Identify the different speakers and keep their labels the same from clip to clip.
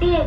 Speaker 1: 列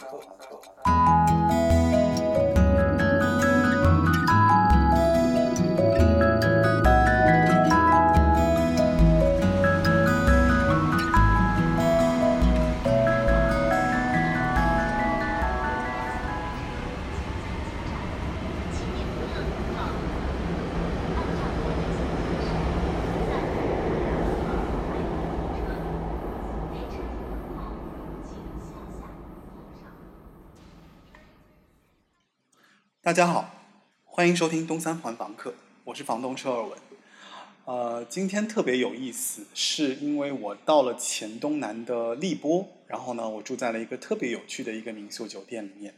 Speaker 2: 大家好，欢迎收听《东三环房客》，我是房东车尔文。呃，今天特别有意思，是因为我到了黔东南的荔波，然后呢，我住在了一个特别有趣的一个民宿酒店里面，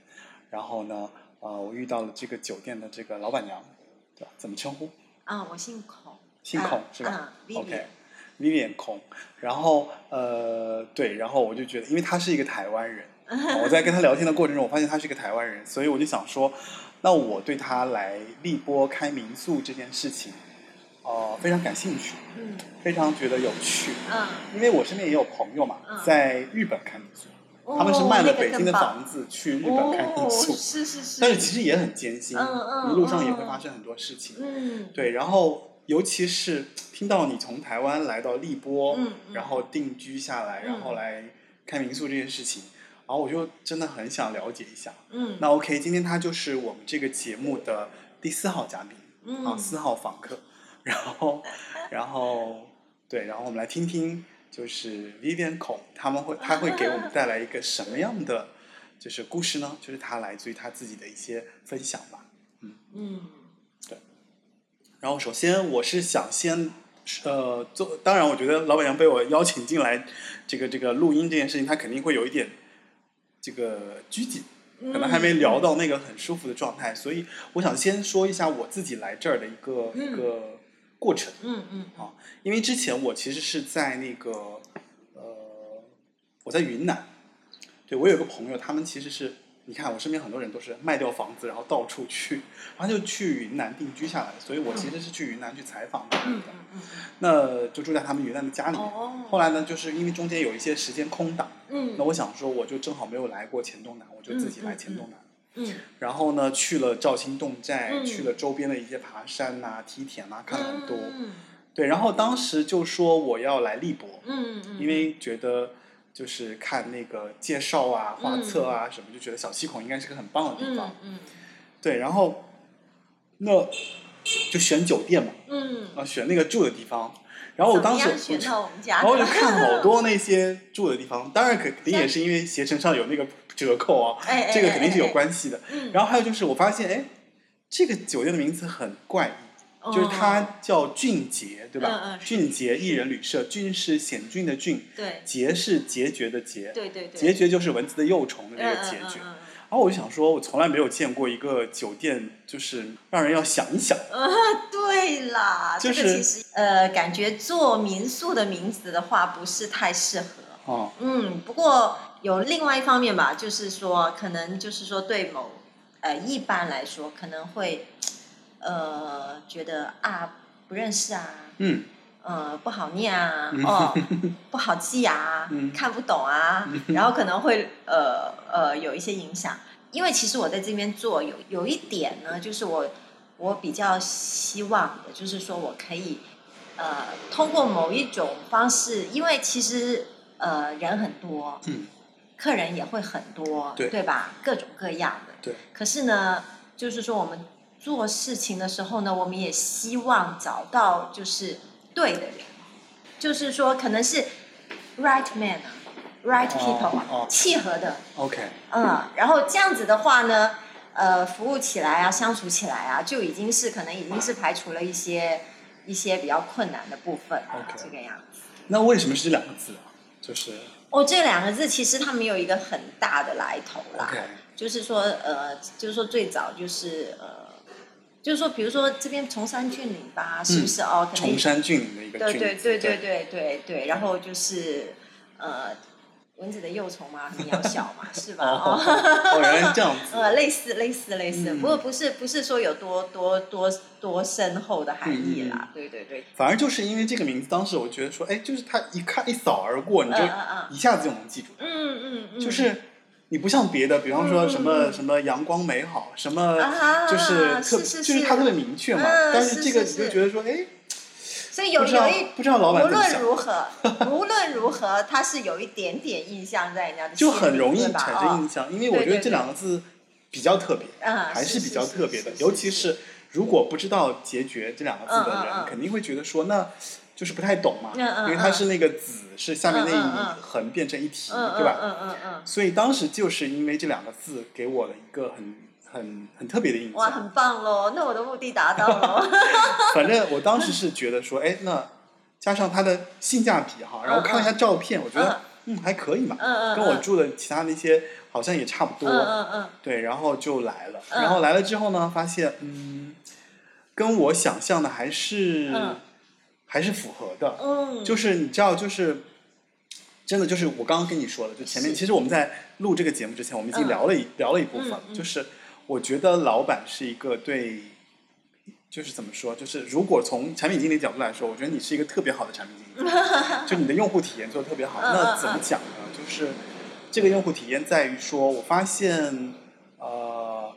Speaker 2: 然后呢，呃，我遇到了这个酒店的这个老板娘，对吧？怎么称呼？
Speaker 3: 啊，我姓孔，
Speaker 2: 姓孔、是吧？
Speaker 3: 啊丽
Speaker 2: OK，
Speaker 3: 丽，
Speaker 2: 你脸孔，然后呃，对，然后我就觉得，因为他是一个台湾 人，哦我在跟他聊天的过程中，我发现他是一个台湾人，所以我就想说，那我对他来荔波开民宿这件事情，呃，非常感兴趣，
Speaker 3: 嗯
Speaker 2: 非常觉得有趣，
Speaker 3: 嗯，
Speaker 2: 因为我身边也有朋友嘛，
Speaker 3: 嗯
Speaker 2: 在日本开民宿，他们是
Speaker 3: 哦
Speaker 2: 卖了
Speaker 3: 那个
Speaker 2: 北京的
Speaker 3: 更棒
Speaker 2: 房子去日本开民宿，
Speaker 3: 哦，是是是，
Speaker 2: 但是其实也很艰辛，
Speaker 3: 嗯嗯
Speaker 2: 一路上也会
Speaker 3: 嗯
Speaker 2: 发生很多事情，
Speaker 3: 嗯，
Speaker 2: 对，然后尤其是听到你从台湾来到荔波，
Speaker 3: 嗯嗯
Speaker 2: 然后定居下来，
Speaker 3: 嗯
Speaker 2: 然后来开民宿这件事情，然后我就真的很想了解一下。
Speaker 3: 嗯，
Speaker 2: 那 OK，今天他就是我们这个节目的第四号嘉宾、
Speaker 3: 嗯
Speaker 2: 啊，四号访客。然后，然后对，然后我们来听听，就是 Vivian 孔他们会他会给我们带来一个什么样的就是故事呢？就是他来自于他自己的一些分享吧。
Speaker 3: 嗯
Speaker 2: 然后首先我是想先，呃，做，当然我觉得老板娘被我邀请进来，这个这个录音这件事情，她肯定会有一点这个拘谨，可能还没聊到那个很舒服的状态，所以我想先说一下我自己来这儿的一个、一
Speaker 3: 嗯
Speaker 2: 个过程，
Speaker 3: 嗯嗯嗯
Speaker 2: 因为之前我其实是在那个呃，我在云南，对我有个朋友，他们其实是。你看，我身边很多人都是卖掉房子，然后到处去，然后就去云南定居下来。所以我其实是去云南去采访他们
Speaker 3: 嗯
Speaker 2: 的。
Speaker 3: 嗯
Speaker 2: 那就住在他们云南的家里
Speaker 3: 嗯，
Speaker 2: 面。
Speaker 3: 哦，
Speaker 2: 后来呢，就是因为中间有一些时间空档，
Speaker 3: 嗯
Speaker 2: 那我想说，我就正好没有来过黔东南，我就自己来黔东南。
Speaker 3: 嗯
Speaker 2: 然后呢，去了肇兴洞寨，
Speaker 3: 嗯
Speaker 2: 去了周边的一些爬山呐、梯田呐、看了很多。
Speaker 3: 嗯
Speaker 2: 对，然后当时就说我要来荔博，
Speaker 3: 嗯嗯，
Speaker 2: 因为觉得就是看那个介绍啊、画册啊什么，就觉得小七孔应该是个很棒的地
Speaker 3: 嗯
Speaker 2: 方。
Speaker 3: 嗯
Speaker 2: 对，然后那就选酒店嘛，
Speaker 3: 嗯，
Speaker 2: 啊，选那个住的地方。然后我当时我
Speaker 3: 选到我们家，
Speaker 2: 然后我就看好多那些住的地方，当然肯定也是因为携程上有那个折扣啊，
Speaker 3: 哎，
Speaker 2: 这个肯定是有关系的。
Speaker 3: 嗯，
Speaker 2: 然后还有就是我发现，哎，这个酒店的名字很怪异，
Speaker 3: 后
Speaker 2: 就是它叫俊杰，对
Speaker 3: 嗯
Speaker 2: 吧？
Speaker 3: 哦嗯是
Speaker 2: 俊杰艺人旅社，俊是险峻的俊，
Speaker 3: 对
Speaker 2: 杰是孑孓的孑，
Speaker 3: 对对对，嗯
Speaker 2: 孑孓就是蚊子的幼虫的那个孑孓。然后我就想说，我从来没有见过一个酒店就是让人要想一想，
Speaker 3: 嗯对啦，
Speaker 2: 就
Speaker 3: 这个
Speaker 2: 是
Speaker 3: 其实呃，感觉做民宿的名字的话，不是太适合。
Speaker 2: 哦，
Speaker 3: 嗯，不过有另外一方面吧，就是说，可能就是说，对某呃一般来说，可能会呃觉得啊不认识啊，
Speaker 2: 嗯
Speaker 3: 呃不好念啊
Speaker 2: 嗯，
Speaker 3: 哦不好记啊
Speaker 2: 嗯，
Speaker 3: 看不懂啊，然后可能会呃呃有一些影响。因为其实我在这边做有有一点呢，就是我我比较希望的，就是说我可以呃通过某一种方式，因为其实呃人很多，
Speaker 2: 嗯，
Speaker 3: 客人也会很多，
Speaker 2: 对
Speaker 3: 吧？各种各样的。
Speaker 2: 对。
Speaker 3: 可是呢，就是说我们做事情的时候呢，我们也希望找到就是对的人，就是说可能是 right man 啊，right people 啊，
Speaker 2: 哦哦
Speaker 3: 契合的，
Speaker 2: ，OK，
Speaker 3: 嗯，然后这样子的话呢，呃，服务起来啊，相处起来啊，就已经是可能已经是排除了一些一些比较困难的部分啊
Speaker 2: OK
Speaker 3: 这个样子。
Speaker 2: 那为什么是这两个字啊？就是
Speaker 3: 哦，这两个字其实他们有一个很大的来头啦
Speaker 2: OK，
Speaker 3: 就是说呃，就是说最早就是呃就是说，比如说这边崇山峻岭吧，是不是哦？可
Speaker 2: 嗯
Speaker 3: 能
Speaker 2: 崇山峻岭的一个
Speaker 3: 对
Speaker 2: 峻，
Speaker 3: 对对对对对对，然后就是呃，蚊子的幼虫嘛，很渺小嘛，是吧？
Speaker 2: 哦
Speaker 3: 哦，
Speaker 2: 哦，原来是这样 子，
Speaker 3: 呃，类似类似类似，
Speaker 2: 嗯
Speaker 3: 不过不是不是说有多多多多深厚的含
Speaker 2: 嗯
Speaker 3: 义啦，对对对，
Speaker 2: 反而就是因为这个名字，当时我觉得说，哎，就是他一看一扫而过，你
Speaker 3: 嗯
Speaker 2: 就
Speaker 3: 嗯嗯
Speaker 2: 一下子就能记住，
Speaker 3: 嗯嗯嗯，
Speaker 2: 就是你不像别的，比方说什么、
Speaker 3: 嗯
Speaker 2: 什么阳光美好，什么
Speaker 3: 啊，
Speaker 2: 就是特、
Speaker 3: 是是
Speaker 2: 就是它特别明确嘛，
Speaker 3: 嗯
Speaker 2: 但是这个
Speaker 3: 是
Speaker 2: 你
Speaker 3: 是
Speaker 2: 就觉得说，哎，
Speaker 3: 所以有
Speaker 2: 不知道
Speaker 3: 有一。
Speaker 2: 不知道老板
Speaker 3: 无
Speaker 2: 怎么
Speaker 3: 论
Speaker 2: 想，
Speaker 3: 如何，无论如何，它是有一点点印象在人家的心
Speaker 2: 就
Speaker 3: 里，
Speaker 2: 很容易
Speaker 3: 对吧
Speaker 2: 产生
Speaker 3: 哦
Speaker 2: 印象，因为我觉
Speaker 3: 对
Speaker 2: 得
Speaker 3: 对
Speaker 2: 这两个字比较特别，
Speaker 3: 嗯，
Speaker 2: 还
Speaker 3: 是
Speaker 2: 比较特别的，
Speaker 3: 是
Speaker 2: 尤其
Speaker 3: 是
Speaker 2: 是如果不知道“结绝”这两个字的人，
Speaker 3: 嗯嗯嗯
Speaker 2: 肯定会觉得说那。就是不太懂嘛，
Speaker 3: 嗯嗯
Speaker 2: 因为它是那个子是下面那
Speaker 3: 嗯嗯嗯
Speaker 2: 一横变成一体，
Speaker 3: 嗯嗯
Speaker 2: 对吧？
Speaker 3: 嗯嗯嗯
Speaker 2: 所以当时就是因为这两个字给我了一个很很很特别的印
Speaker 3: 嗯，哇，
Speaker 2: 象。
Speaker 3: 很棒喽！那我的目的达 到了。
Speaker 2: 反正我当时是觉得说，哎，那加上它的性价比哈，然后看了一下照片，我觉得嗯还可以嘛
Speaker 3: 嗯，嗯，
Speaker 2: 跟我住的其他那些好像也差不
Speaker 3: 嗯
Speaker 2: 多。
Speaker 3: 嗯嗯
Speaker 2: 对，然后就来了。
Speaker 3: 嗯
Speaker 2: 然后来了之后呢，发现嗯，跟我想象的还是
Speaker 3: 嗯
Speaker 2: 还是符合的。
Speaker 3: 嗯，
Speaker 2: 就是是你知道，就是真的，就是我刚刚跟你说的，就前面
Speaker 3: 是
Speaker 2: 其实我们在录这个节目之前，我们已经
Speaker 3: 嗯
Speaker 2: 聊了一、聊了一部分，
Speaker 3: 嗯嗯
Speaker 2: 就是我觉得老板是一个对，就是怎么说，就是如果从产品经理角度来说，我觉得你是一个特别好的产品 经理，就你的用户体验做的特别好。
Speaker 3: 嗯
Speaker 2: 那
Speaker 3: 嗯
Speaker 2: 怎么
Speaker 3: 嗯
Speaker 2: 讲呢？就是这个用户体验在于说，我发现呃，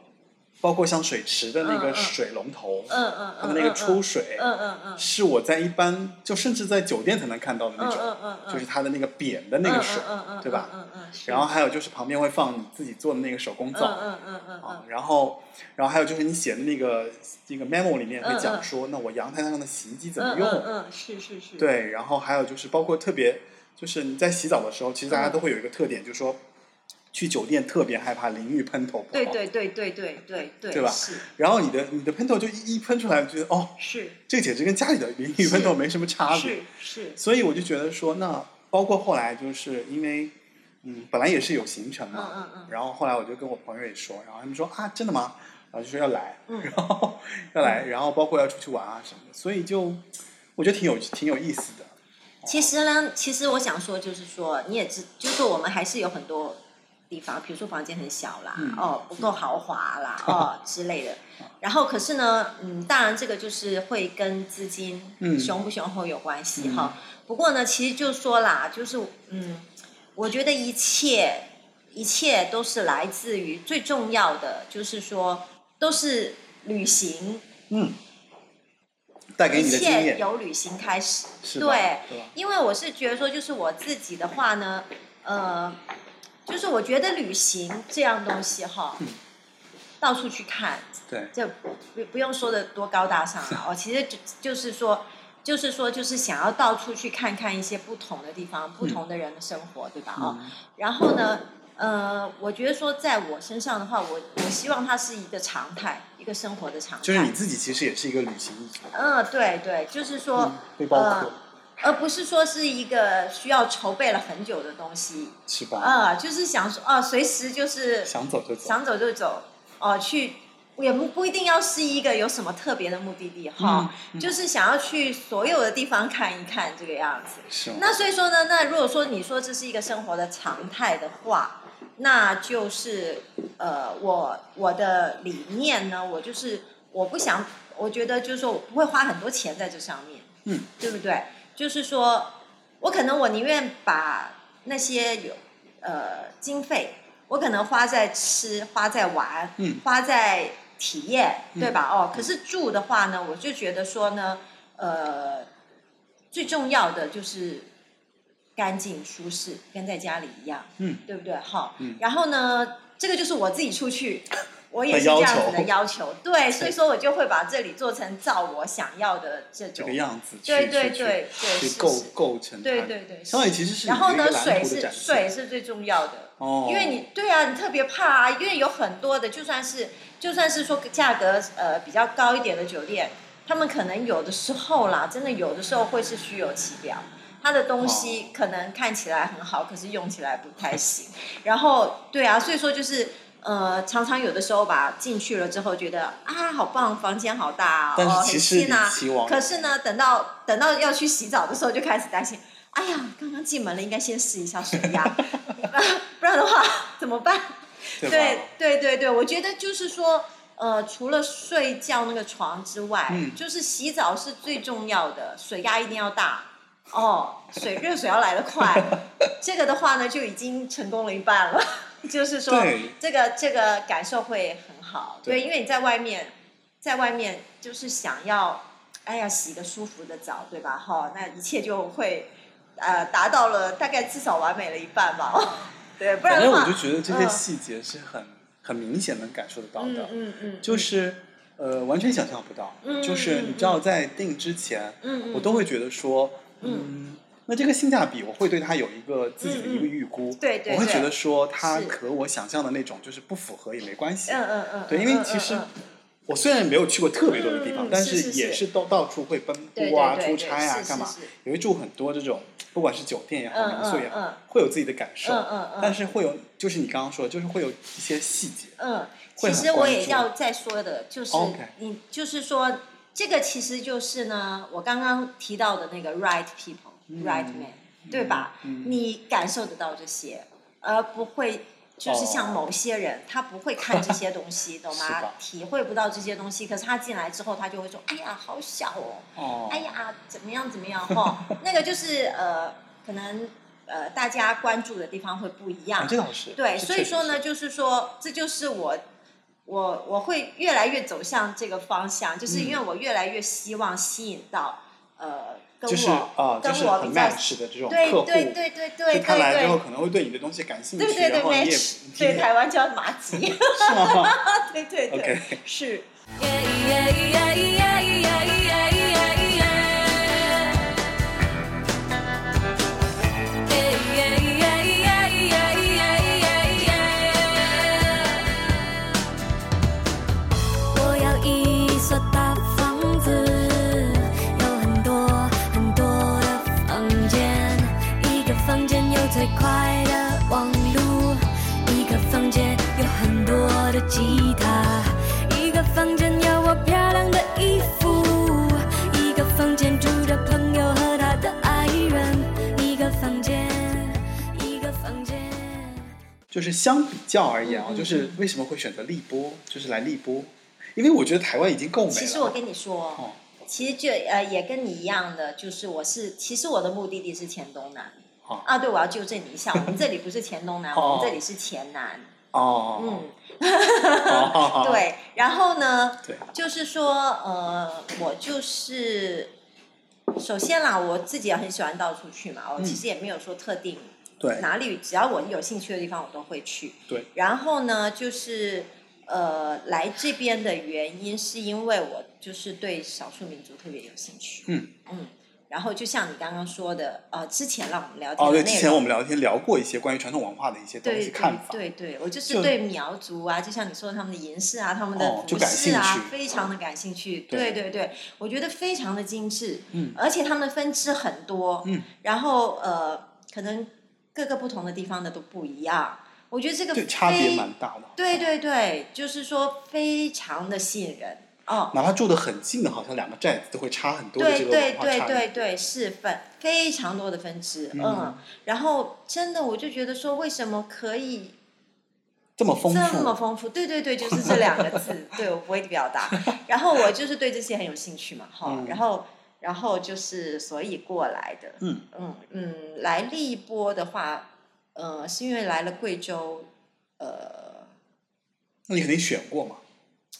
Speaker 2: 包括像水池的那
Speaker 3: 嗯
Speaker 2: 个
Speaker 3: 嗯
Speaker 2: 水龙头，
Speaker 3: 嗯嗯
Speaker 2: 它
Speaker 3: 嗯
Speaker 2: 的那个出水，
Speaker 3: 嗯嗯嗯
Speaker 2: 是我在一般就甚至在酒店才能看到的那
Speaker 3: 嗯
Speaker 2: 种，
Speaker 3: 嗯嗯嗯，
Speaker 2: 就是它的那个扁的那个水，
Speaker 3: 嗯嗯，嗯嗯，
Speaker 2: 然后还有就是旁边会放你自己做的那个手工皂、
Speaker 3: 嗯嗯嗯
Speaker 2: 啊
Speaker 3: 嗯，
Speaker 2: 然后然后还有就是你写的那个那个 memo 里面会
Speaker 3: 嗯
Speaker 2: 讲
Speaker 3: 嗯
Speaker 2: 说，那我阳台上的洗衣机怎么
Speaker 3: 嗯
Speaker 2: 用？
Speaker 3: 嗯嗯，是是是，，
Speaker 2: 对，然后还有就是包括特别就是你在洗澡的时候，其实大家都会有一个特点，就是说去酒店特别害怕淋浴喷头不好，
Speaker 3: 对对对对对对对，是
Speaker 2: 然后你的你的喷头就一一喷出来，我觉得哦，
Speaker 3: 是
Speaker 2: 这个简直跟家里的淋浴喷头没什么差别，
Speaker 3: 是是，
Speaker 2: 所以我就觉得说，那包括后来就是因为，嗯，本来也是有行程
Speaker 3: 嗯
Speaker 2: 嘛，
Speaker 3: 嗯嗯，
Speaker 2: 然后后来我就跟我朋友也说，然后他们说啊，真的吗？然后就说要来，
Speaker 3: 嗯
Speaker 2: 然后要来，然后包括要出去玩啊什么的，所以就我觉得挺有挺有意思的。
Speaker 3: 其实呢，其实我想说，就是说，你也知，就是我们还是有很多地方，比如说房间很小啦，
Speaker 2: 嗯
Speaker 3: 哦，不够豪 华啦，哦之类的。然后，可是呢，嗯，当然这个就是会跟资金
Speaker 2: 嗯
Speaker 3: 雄不雄厚有关系
Speaker 2: 嗯
Speaker 3: 哈、不过呢，其实就说啦，就是嗯，我觉得一切一切都是来自于最重要的，就是说都是旅行，
Speaker 2: 嗯，带给
Speaker 3: 一
Speaker 2: 你的经
Speaker 3: 切
Speaker 2: 验
Speaker 3: 由旅行开始。
Speaker 2: 是吧？
Speaker 3: 对
Speaker 2: 对吧？
Speaker 3: 因为我是觉得说，就是我自己的话呢，呃，就是我觉得旅行这样东西哈，
Speaker 2: 嗯
Speaker 3: 到处去看，
Speaker 2: 对，
Speaker 3: 这不不用说的多高大上 了哦，其实就就是说。就是说，就是想要到处去看看一些不同的地方、不同的人的生活，对吧？哦，
Speaker 2: 嗯
Speaker 3: 然后呢，呃，我觉得说，在我身上的话，我我希望它是一个常态，一个生活的常态。
Speaker 2: 就是你自己其实也是一个旅行
Speaker 3: 嗯，对对，就是说，呃
Speaker 2: 嗯背包客、
Speaker 3: 而不是说是一个需要筹备了很久的东西
Speaker 2: 是吧？
Speaker 3: 啊、就是想说啊、随时就是
Speaker 2: 想走就走，
Speaker 3: 想走就走哦、去也不不一定要是一个有什么特别的目的地哈，
Speaker 2: 嗯
Speaker 3: 就是想要去所有的地方看一看这个样子。
Speaker 2: 是吗？
Speaker 3: 那所以说呢，那如果说你说这是一个生活的常态的话，那就是呃，我我的理念呢，我就是我不想，我觉得就是说我不会花很多钱在这上面，
Speaker 2: 嗯，
Speaker 3: 对不对？就是说我可能我宁愿把那些有呃经费，我可能花在吃，花在玩，
Speaker 2: 嗯
Speaker 3: 花在体验，
Speaker 2: 嗯
Speaker 3: 对吧？哦，可是住的话呢，我就觉得说呢，呃，最重要的就是干净舒适，跟在家里一样，
Speaker 2: 嗯，
Speaker 3: 对不对？哈、
Speaker 2: 嗯
Speaker 3: 然后呢，这个就是我自己出 去。我也
Speaker 2: 的
Speaker 3: 是这
Speaker 2: 要
Speaker 3: 样子
Speaker 2: 求
Speaker 3: 的要求，对，所以说我就会把这里做成照我想要的这
Speaker 2: 这
Speaker 3: 种
Speaker 2: 个，样子去
Speaker 3: 对对
Speaker 2: 去
Speaker 3: 对对，
Speaker 2: 去
Speaker 3: 是
Speaker 2: 去构
Speaker 3: 是，
Speaker 2: 构成它
Speaker 3: 对对对。
Speaker 2: 相当于其实是
Speaker 3: 然后
Speaker 2: 你的
Speaker 3: 呢，
Speaker 2: 一个蓝图
Speaker 3: 水
Speaker 2: 的
Speaker 3: 是
Speaker 2: 展示
Speaker 3: 水是最重要的，
Speaker 2: 哦，
Speaker 3: 因为你对啊，你特别怕啊，因为有很多的，就算是就算是说价格呃比较高一点的酒店，他们可能有的时候啦，真的有的时候会是虚有其表。它的东西可能看起来很好，可是用起来不太行。然后对啊，所以说就是呃，常常有的时候吧，进去了之后觉得啊，好棒，房间好大、哦，
Speaker 2: 但是其实
Speaker 3: 很新啊
Speaker 2: 比棋王
Speaker 3: 可是呢，等到等到要去洗澡的时候，就开始担心，哎呀，刚刚进门了，应该先试一下水压， 不然的话怎么办？
Speaker 2: 对吧？
Speaker 3: 对对对对，我觉得就是说，呃，除了睡觉那个床之外，
Speaker 2: 嗯
Speaker 3: 就是洗澡是最重要的，水压一定要大。哦，水热水要来得 快，这个的话呢，就已经成功了一半了。 就是说
Speaker 2: 对，
Speaker 3: 这个这个感受会很好，
Speaker 2: 对
Speaker 3: 对，因为你在外面，在外面就是想要，哎呀，洗个舒服的澡，对吧？哈、那一切就会，呃，达到了大概至少完美了一半吧。 哦对，不
Speaker 2: 反
Speaker 3: 然
Speaker 2: 正
Speaker 3: 的话，
Speaker 2: 我就觉得这些
Speaker 3: 嗯
Speaker 2: 细节是很、很明显能感受得到的。
Speaker 3: 嗯嗯嗯，
Speaker 2: 就是呃，完全想象不到。
Speaker 3: 嗯
Speaker 2: 就是你知道，在定之前，
Speaker 3: 嗯，嗯
Speaker 2: 我都会觉得说，
Speaker 3: 嗯
Speaker 2: 嗯，那这个性价比，我会对它有一个自己的一个
Speaker 3: 嗯嗯
Speaker 2: 预估。
Speaker 3: 对对
Speaker 2: 我会
Speaker 3: 对
Speaker 2: 觉得说，它
Speaker 3: 是
Speaker 2: 和我想象的那种就是不符合也没关系。
Speaker 3: 嗯嗯嗯嗯，
Speaker 2: 对，因为其实我虽然没有去过特别多的地方，
Speaker 3: 嗯嗯
Speaker 2: 但
Speaker 3: 是是是
Speaker 2: 也是都到处会奔
Speaker 3: 对
Speaker 2: 波啊、
Speaker 3: 对对
Speaker 2: 出差啊、
Speaker 3: 对是
Speaker 2: 干嘛
Speaker 3: 是是，
Speaker 2: 也会住很多这种，不管是酒店也好、
Speaker 3: 嗯
Speaker 2: 民宿也
Speaker 3: 嗯嗯
Speaker 2: 好，会有自己的感受
Speaker 3: 嗯嗯嗯。
Speaker 2: 但是会有，就是你刚刚说的，就是会有一些细节。
Speaker 3: 嗯，
Speaker 2: 会很
Speaker 3: 其实我
Speaker 2: 关
Speaker 3: 也
Speaker 2: 注哦
Speaker 3: 要再说的，就是
Speaker 2: OK
Speaker 3: 你就是说这个其实就是呢，我刚刚提到的那个 right people、right
Speaker 2: 嗯
Speaker 3: man，对吧？
Speaker 2: 嗯
Speaker 3: 你感受得到这些，而不会就是像
Speaker 2: 哦
Speaker 3: 某些人，他不会看这些 东西，懂
Speaker 2: 是
Speaker 3: 吗
Speaker 2: 吧？
Speaker 3: 体会不到这些东西，可是他进来之后，他就会说：“哎呀，好小哦。”
Speaker 2: 哦，
Speaker 3: 哎呀，怎么样怎么样哈、那个就是呃，可能呃，大家关注的地方会不一
Speaker 2: 啊
Speaker 3: 样。
Speaker 2: 这倒是。
Speaker 3: 对，
Speaker 2: 这
Speaker 3: 所以
Speaker 2: 确实
Speaker 3: 说
Speaker 2: 是
Speaker 3: 呢，，就是说，这就是我我我会越来越走向这个方向，就是因为
Speaker 2: 嗯
Speaker 3: 我越来越希望吸引到呃，跟
Speaker 2: 就
Speaker 3: 我、
Speaker 2: 是啊，就
Speaker 3: 跟
Speaker 2: 是
Speaker 3: 我
Speaker 2: 很
Speaker 3: 比较
Speaker 2: match 的这种
Speaker 3: 对
Speaker 2: 客户，
Speaker 3: 对对对对
Speaker 2: 就他来之后
Speaker 3: 对
Speaker 2: 可能会对你的东西感兴趣，
Speaker 3: 对对对
Speaker 2: 然后你也
Speaker 3: ，match，对台湾叫麻吉，
Speaker 2: 是吗
Speaker 3: 对对对
Speaker 2: ？OK，
Speaker 3: 是。
Speaker 4: 我要一所大房子，有很多很多的房间，一个房间有最快的网路，一个房间有很多的吉他，一个房间有我漂亮的衣服，一个房间住着朋友和他的爱人，一个房间，一个房间。
Speaker 2: 就是相比较而言啊，
Speaker 3: 嗯嗯
Speaker 2: 就是为什么会选择立波，就是来立波，因为我觉得台湾已经够美了。
Speaker 3: 其实我跟你说，
Speaker 2: 哦
Speaker 3: 其实就呃也跟你一样的，就是我是其实我的目的地是前东南。
Speaker 2: 好
Speaker 3: 啊，对，我要纠正你一下，我们这里不是前东南，
Speaker 2: 哦
Speaker 3: 我们这里是前南。
Speaker 2: 哦，
Speaker 3: 嗯，
Speaker 2: 好好好，
Speaker 3: 对。然后呢，
Speaker 2: 哦对，
Speaker 3: 就是说呃，我就是首先啦，我自己也很喜欢到处去嘛，我
Speaker 2: 嗯
Speaker 3: 其实也没有说特定
Speaker 2: 对
Speaker 3: 哪里，只要我有兴趣的地方我都会去。
Speaker 2: 对，
Speaker 3: 然后呢，就是呃，来这边的原因是因为我就是对少数民族特别有兴趣。
Speaker 2: 嗯
Speaker 3: 嗯。然后就像你刚刚说的，呃，之前让我们聊天
Speaker 2: 哦对，
Speaker 3: 的内容
Speaker 2: 之前我们聊天聊过一些关于传统文化的一些东
Speaker 3: 对
Speaker 2: 西看法，
Speaker 3: 对对对，我就是
Speaker 2: 就
Speaker 3: 对苗族啊，就像你说的他们的银饰啊，他们的
Speaker 2: 哦就
Speaker 3: 服
Speaker 2: 感
Speaker 3: 饰啊，
Speaker 2: 兴趣
Speaker 3: 非常的感兴趣。
Speaker 2: 对
Speaker 3: 对对对，我觉得非常的精致，
Speaker 2: 嗯
Speaker 3: 而且他们的分支很多，
Speaker 2: 嗯，
Speaker 3: 然后呃，可能各个不同的地方的都不一样。我觉得这个
Speaker 2: 对，差别
Speaker 3: 非
Speaker 2: 蛮大的。
Speaker 3: 对，对对，就是说非常的吸引人哦。
Speaker 2: 哪怕住的很近的，好像两个寨子都会差很多的
Speaker 3: 对
Speaker 2: 这个
Speaker 3: 对
Speaker 2: 文化
Speaker 3: 对
Speaker 2: 差
Speaker 3: 对
Speaker 2: 异。
Speaker 3: 对，是分非常多的分支，
Speaker 2: 嗯
Speaker 3: 嗯然后真的我就觉得说，为什么可以
Speaker 2: 这么丰
Speaker 3: 这么
Speaker 2: 富，
Speaker 3: 丰富？对对对，就是这两个字，对我不会表达。然后我就是对这些很有兴趣嘛，哈、
Speaker 2: 嗯
Speaker 3: 然后然后就是所以过来的，
Speaker 2: 嗯
Speaker 3: 嗯嗯，来荔波的话，呃，是因为来了贵州，呃，
Speaker 2: 那你肯定选过嘛，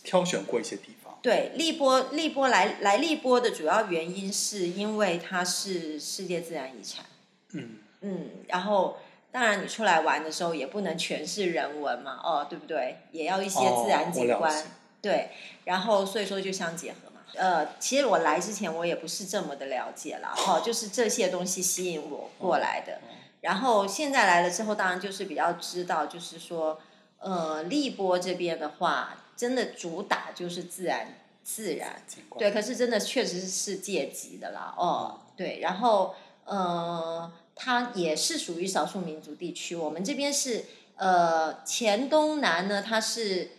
Speaker 2: 挑选过一些地方。
Speaker 3: 对，荔波荔波来来荔波的主要原因是因为它是世界自然遗产，
Speaker 2: 嗯，
Speaker 3: 嗯，然后当然你出来玩的时候也不能全是人文嘛，哦，对不对？也要一些自然景
Speaker 2: 哦我
Speaker 3: 观，
Speaker 2: 了解
Speaker 3: 对，然后所以说就相结合嘛。呃，其实我来之前我也不是这么的了解啦，哦，就是这些东西吸引我过来的。然后现在来了之后，当然就是比较知道，就是说，呃，荔波这边的话，真的主打就是自然自然，
Speaker 2: 景观
Speaker 3: 对，可是真的确实是世界级的啦，哦，对，然后呃，它也是属于少数民族地区，我们这边是呃，黔东南呢，它是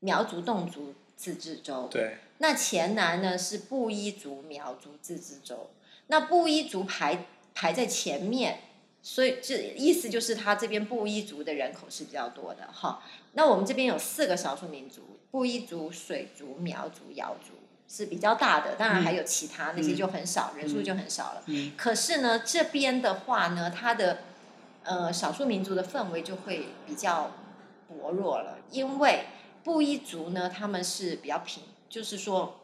Speaker 3: 苗族、侗族自治州，
Speaker 2: 对，
Speaker 3: 那黔南呢是布依族、苗族自治州，那布依族排排在前面，所以这意思就是他这边布依族的人口是比较多的哈。那我们这边有四个少数民族：布依族、水族、苗族、瑶族是比较大的，当然还有其他那些就很少，人数就很少了。
Speaker 2: 嗯
Speaker 3: 可是呢，这边的话呢，它的呃少数民族的氛围就会比较薄弱了，因为布依族呢，他们是比较平，就是说，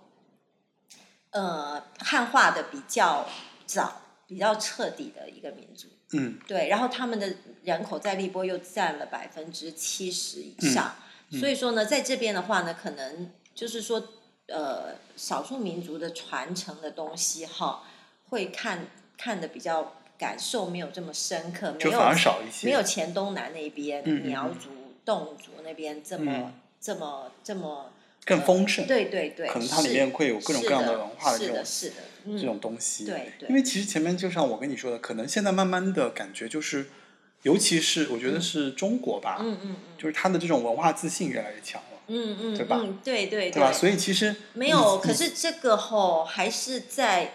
Speaker 3: 呃，汉化的比较早、比较彻底的一个民族。
Speaker 2: 嗯
Speaker 3: 对，然后他们的人口在荔波又占了百分之七十以上，
Speaker 2: 嗯嗯
Speaker 3: 所以说呢，在这边的话呢，可能就是说，呃，少数民族的传承的东西哈，会看看的比较感受没有这么深刻，没
Speaker 2: 就
Speaker 3: 有
Speaker 2: 反而少一些，
Speaker 3: 没有黔东南那边、
Speaker 2: 嗯嗯嗯
Speaker 3: 苗族、侗族那边这么、
Speaker 2: 嗯
Speaker 3: 这么这么，
Speaker 2: 更丰盛，
Speaker 3: 对对对，
Speaker 2: 可能它
Speaker 3: 是
Speaker 2: 里面会有各种各样
Speaker 3: 是
Speaker 2: 文化这
Speaker 3: 是
Speaker 2: 种
Speaker 3: 的，是的，嗯、
Speaker 2: 这种东西。
Speaker 3: 对对
Speaker 2: 因为其实前面就像我跟你说的，可能现在慢慢的感觉就是，尤其是我觉得是中国吧，
Speaker 3: 嗯嗯
Speaker 2: 就
Speaker 3: 嗯
Speaker 2: 是它的这种文化自信越来越强了，
Speaker 3: 嗯嗯，
Speaker 2: 对吧
Speaker 3: 嗯对对
Speaker 2: 对吧？所以其实
Speaker 3: 没有，
Speaker 2: 以
Speaker 3: 可是这个吼还是在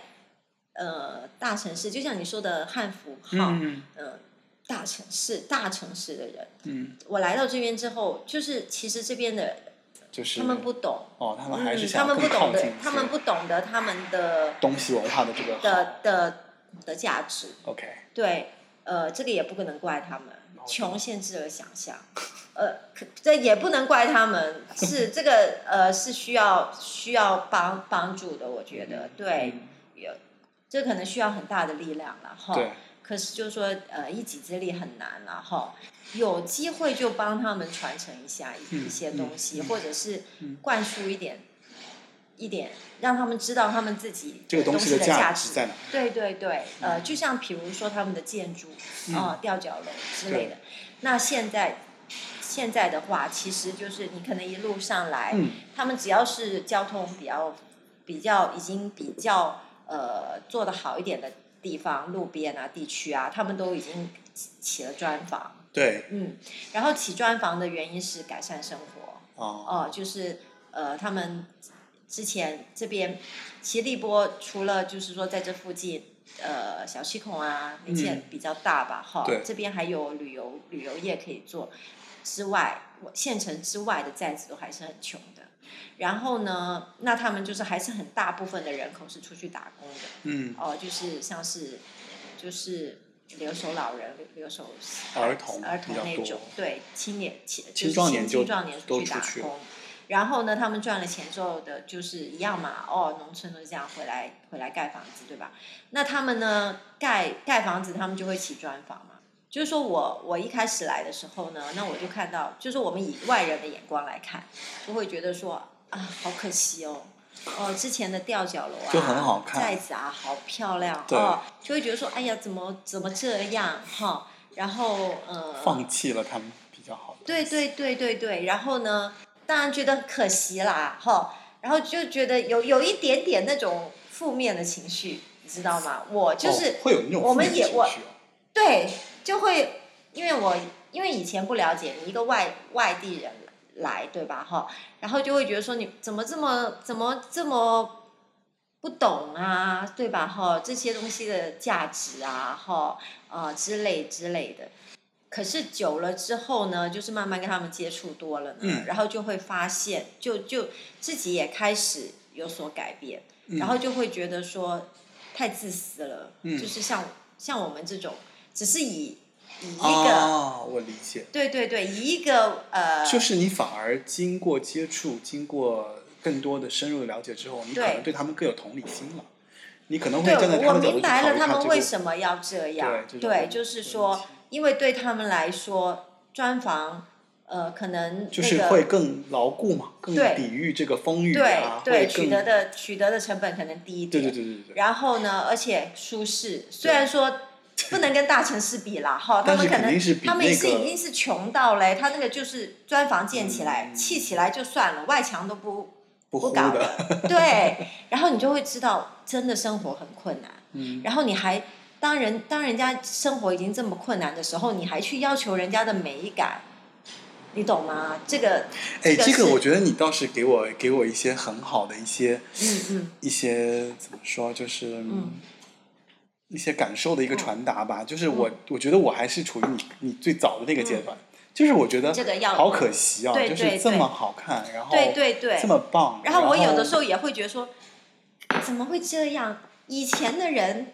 Speaker 3: 呃大城市，就像你说的汉服号，嗯、
Speaker 2: 嗯
Speaker 3: 大城市大城市的人，
Speaker 2: 嗯，
Speaker 3: 我来到这边之后，就是其实这边的
Speaker 2: 就是
Speaker 3: 他们不懂，
Speaker 2: 哦，他们还是
Speaker 3: 嗯，
Speaker 2: 想
Speaker 3: 他们不
Speaker 2: 更
Speaker 3: 懂
Speaker 2: 靠近
Speaker 3: 得
Speaker 2: 一，些
Speaker 3: 他们不懂得他们的
Speaker 2: 东西文化的这个好
Speaker 3: 的的的价值，
Speaker 2: OK，
Speaker 3: 对，呃，这个也不能怪他们，
Speaker 2: 然后
Speaker 3: 穷限制了想象，呃，可这也不能怪他们，是这个呃是需要需要帮帮助的，我觉得对，
Speaker 2: 嗯
Speaker 3: 有这可能需要很大的力量了哈。
Speaker 2: 对，
Speaker 3: 可是就说呃一己之力很难了哈，有机会就帮他们传承一下一
Speaker 2: 嗯
Speaker 3: 一些东
Speaker 2: 嗯
Speaker 3: 西，
Speaker 2: 嗯
Speaker 3: 或者是
Speaker 2: 嗯
Speaker 3: 灌输一点。一点让他们知道他们自己
Speaker 2: 这个
Speaker 3: 东
Speaker 2: 东西的
Speaker 3: 的
Speaker 2: 价值
Speaker 3: 值
Speaker 2: 在哪？
Speaker 3: 对对对，呃，就像比如说他们的建筑
Speaker 2: 嗯
Speaker 3: 啊、呃吊脚楼之类的。那现在现在的话，其实就是你可能一路上来，
Speaker 2: 嗯
Speaker 3: 他们只要是交通比较比较已经比较呃做的好一点的地方，路边啊、地区啊，他们都已经起起了砖房。
Speaker 2: 对
Speaker 3: 嗯，然后起砖房的原因是改善生活。
Speaker 2: 哦
Speaker 3: 哦，就是呃，他们之前这边其实荔波除了就是说在这附近，呃，小七孔啊那些
Speaker 2: 嗯
Speaker 3: 比较大吧，哈、
Speaker 2: 对
Speaker 3: 这边还有旅游旅游业可以做之外，我县城之外的寨子都还是很穷的。然后呢，那他们就是还是很大部分的人口是出去打工的，
Speaker 2: 嗯
Speaker 3: 哦，就是像是就是留守老人、留守
Speaker 2: 儿童
Speaker 3: 儿
Speaker 2: 比
Speaker 3: 童
Speaker 2: 较
Speaker 3: 那
Speaker 2: 多
Speaker 3: 种，对青年青
Speaker 2: 青壮年就
Speaker 3: 青壮年
Speaker 2: 都
Speaker 3: 去
Speaker 2: 出
Speaker 3: 打
Speaker 2: 去了
Speaker 3: 工。然后呢，他们赚了钱之后的，就是一样嘛，哦，农村都是这样回来回来盖房子，对吧？那他们呢，盖盖房子，他们就会起砖房嘛。就是说我我一开始来的时候呢，那我就看到，就是我们以外人的眼光来看，就会觉得说啊，好可惜哦，哦，之前的吊脚楼啊，
Speaker 2: 就很好看
Speaker 3: 寨子啊，好漂亮
Speaker 2: 对
Speaker 3: 哦，就会觉得说，哎呀，怎么怎么这样哈、然后呃，
Speaker 2: 放弃了他们比较好的，
Speaker 3: 对对对对对，然后呢，当然觉得很可惜啦，哈，然后就觉得有有一点点那种负面的情绪，你知道吗？我
Speaker 2: 哦，
Speaker 3: 就是、
Speaker 2: 会有那种
Speaker 3: 我们
Speaker 2: 负面
Speaker 3: 也
Speaker 2: 情
Speaker 3: 我
Speaker 2: 绪哦
Speaker 3: 对，就会因为我因为以前不了解，你一个外外地人来，对吧？哈，然后就会觉得说你怎么这么怎么这么不懂啊，对吧？哈，这些东西的价值啊，哈啊、呃之类之类的。可是久了之后呢，就是慢慢跟他们接触多了呢，
Speaker 2: 嗯
Speaker 3: 然后就会发现，就就自己也开始有所改变，
Speaker 2: 嗯
Speaker 3: 然后就会觉得说太自私了，
Speaker 2: 嗯
Speaker 3: 就是像像我们这种，只是以以一个、
Speaker 2: 啊，我理解。
Speaker 3: 对对对，以一个呃，
Speaker 2: 就是你反而经过接触，经过更多的深入的了解之后，你可能
Speaker 3: 对
Speaker 2: 对他们更有同理心了。你可能会
Speaker 3: 对
Speaker 2: 站在
Speaker 3: 我
Speaker 2: 他
Speaker 3: 我
Speaker 2: 的角度
Speaker 3: 明
Speaker 2: 去
Speaker 3: 白
Speaker 2: 考
Speaker 3: 了
Speaker 2: 虑
Speaker 3: 他
Speaker 2: 他
Speaker 3: 们
Speaker 2: 这
Speaker 3: 为
Speaker 2: 个。
Speaker 3: 什么要这样，
Speaker 2: 对这种
Speaker 3: 就是
Speaker 2: 问
Speaker 3: 说
Speaker 2: 题，
Speaker 3: 因为对他们来说，砖房呃可能、那个、
Speaker 2: 就是会更牢固嘛，更
Speaker 3: 对
Speaker 2: 抵御这个风雨
Speaker 3: 对
Speaker 2: 啊，会
Speaker 3: 对
Speaker 2: 更
Speaker 3: 取得的取得的成本可能低一
Speaker 2: 对
Speaker 3: 点，
Speaker 2: 对对对对，
Speaker 3: 然后呢，而且舒适，虽然说不能跟大城市比啦，哈，他
Speaker 2: 但
Speaker 3: 们
Speaker 2: 是
Speaker 3: 可
Speaker 2: 肯
Speaker 3: 能
Speaker 2: 定是比
Speaker 3: 他们也是
Speaker 2: 那个
Speaker 3: 已经是穷到嘞，他那个就是砖房建起来、
Speaker 2: 嗯
Speaker 3: 砌起来就算了，外墙都不
Speaker 2: 不
Speaker 3: 不
Speaker 2: 糊
Speaker 3: 搞
Speaker 2: 的，
Speaker 3: 对，然后你就会知道真的生活很困难，
Speaker 2: 嗯，
Speaker 3: 然后你还当人当人家生活已经这么困难的时候，你还去要求人家的美感，你懂吗？这个，
Speaker 2: 哎，这个
Speaker 3: 是
Speaker 2: 我觉得你倒是给我给我一些很好的一些
Speaker 3: 嗯嗯
Speaker 2: 一些怎么说，就是、
Speaker 3: 嗯
Speaker 2: 一些感受的一个
Speaker 3: 嗯
Speaker 2: 传达吧。就是我、
Speaker 3: 嗯
Speaker 2: 我觉得我还是处于你你最早的那个阶段，就是我觉得
Speaker 3: 这个要
Speaker 2: 好可惜啊，
Speaker 3: 对
Speaker 2: 就
Speaker 3: 对
Speaker 2: 是这
Speaker 3: 对
Speaker 2: 么好看，然后
Speaker 3: 对对对，
Speaker 2: 这么棒。
Speaker 3: 然后我有的时候也会觉得说，怎么会这样？以前的人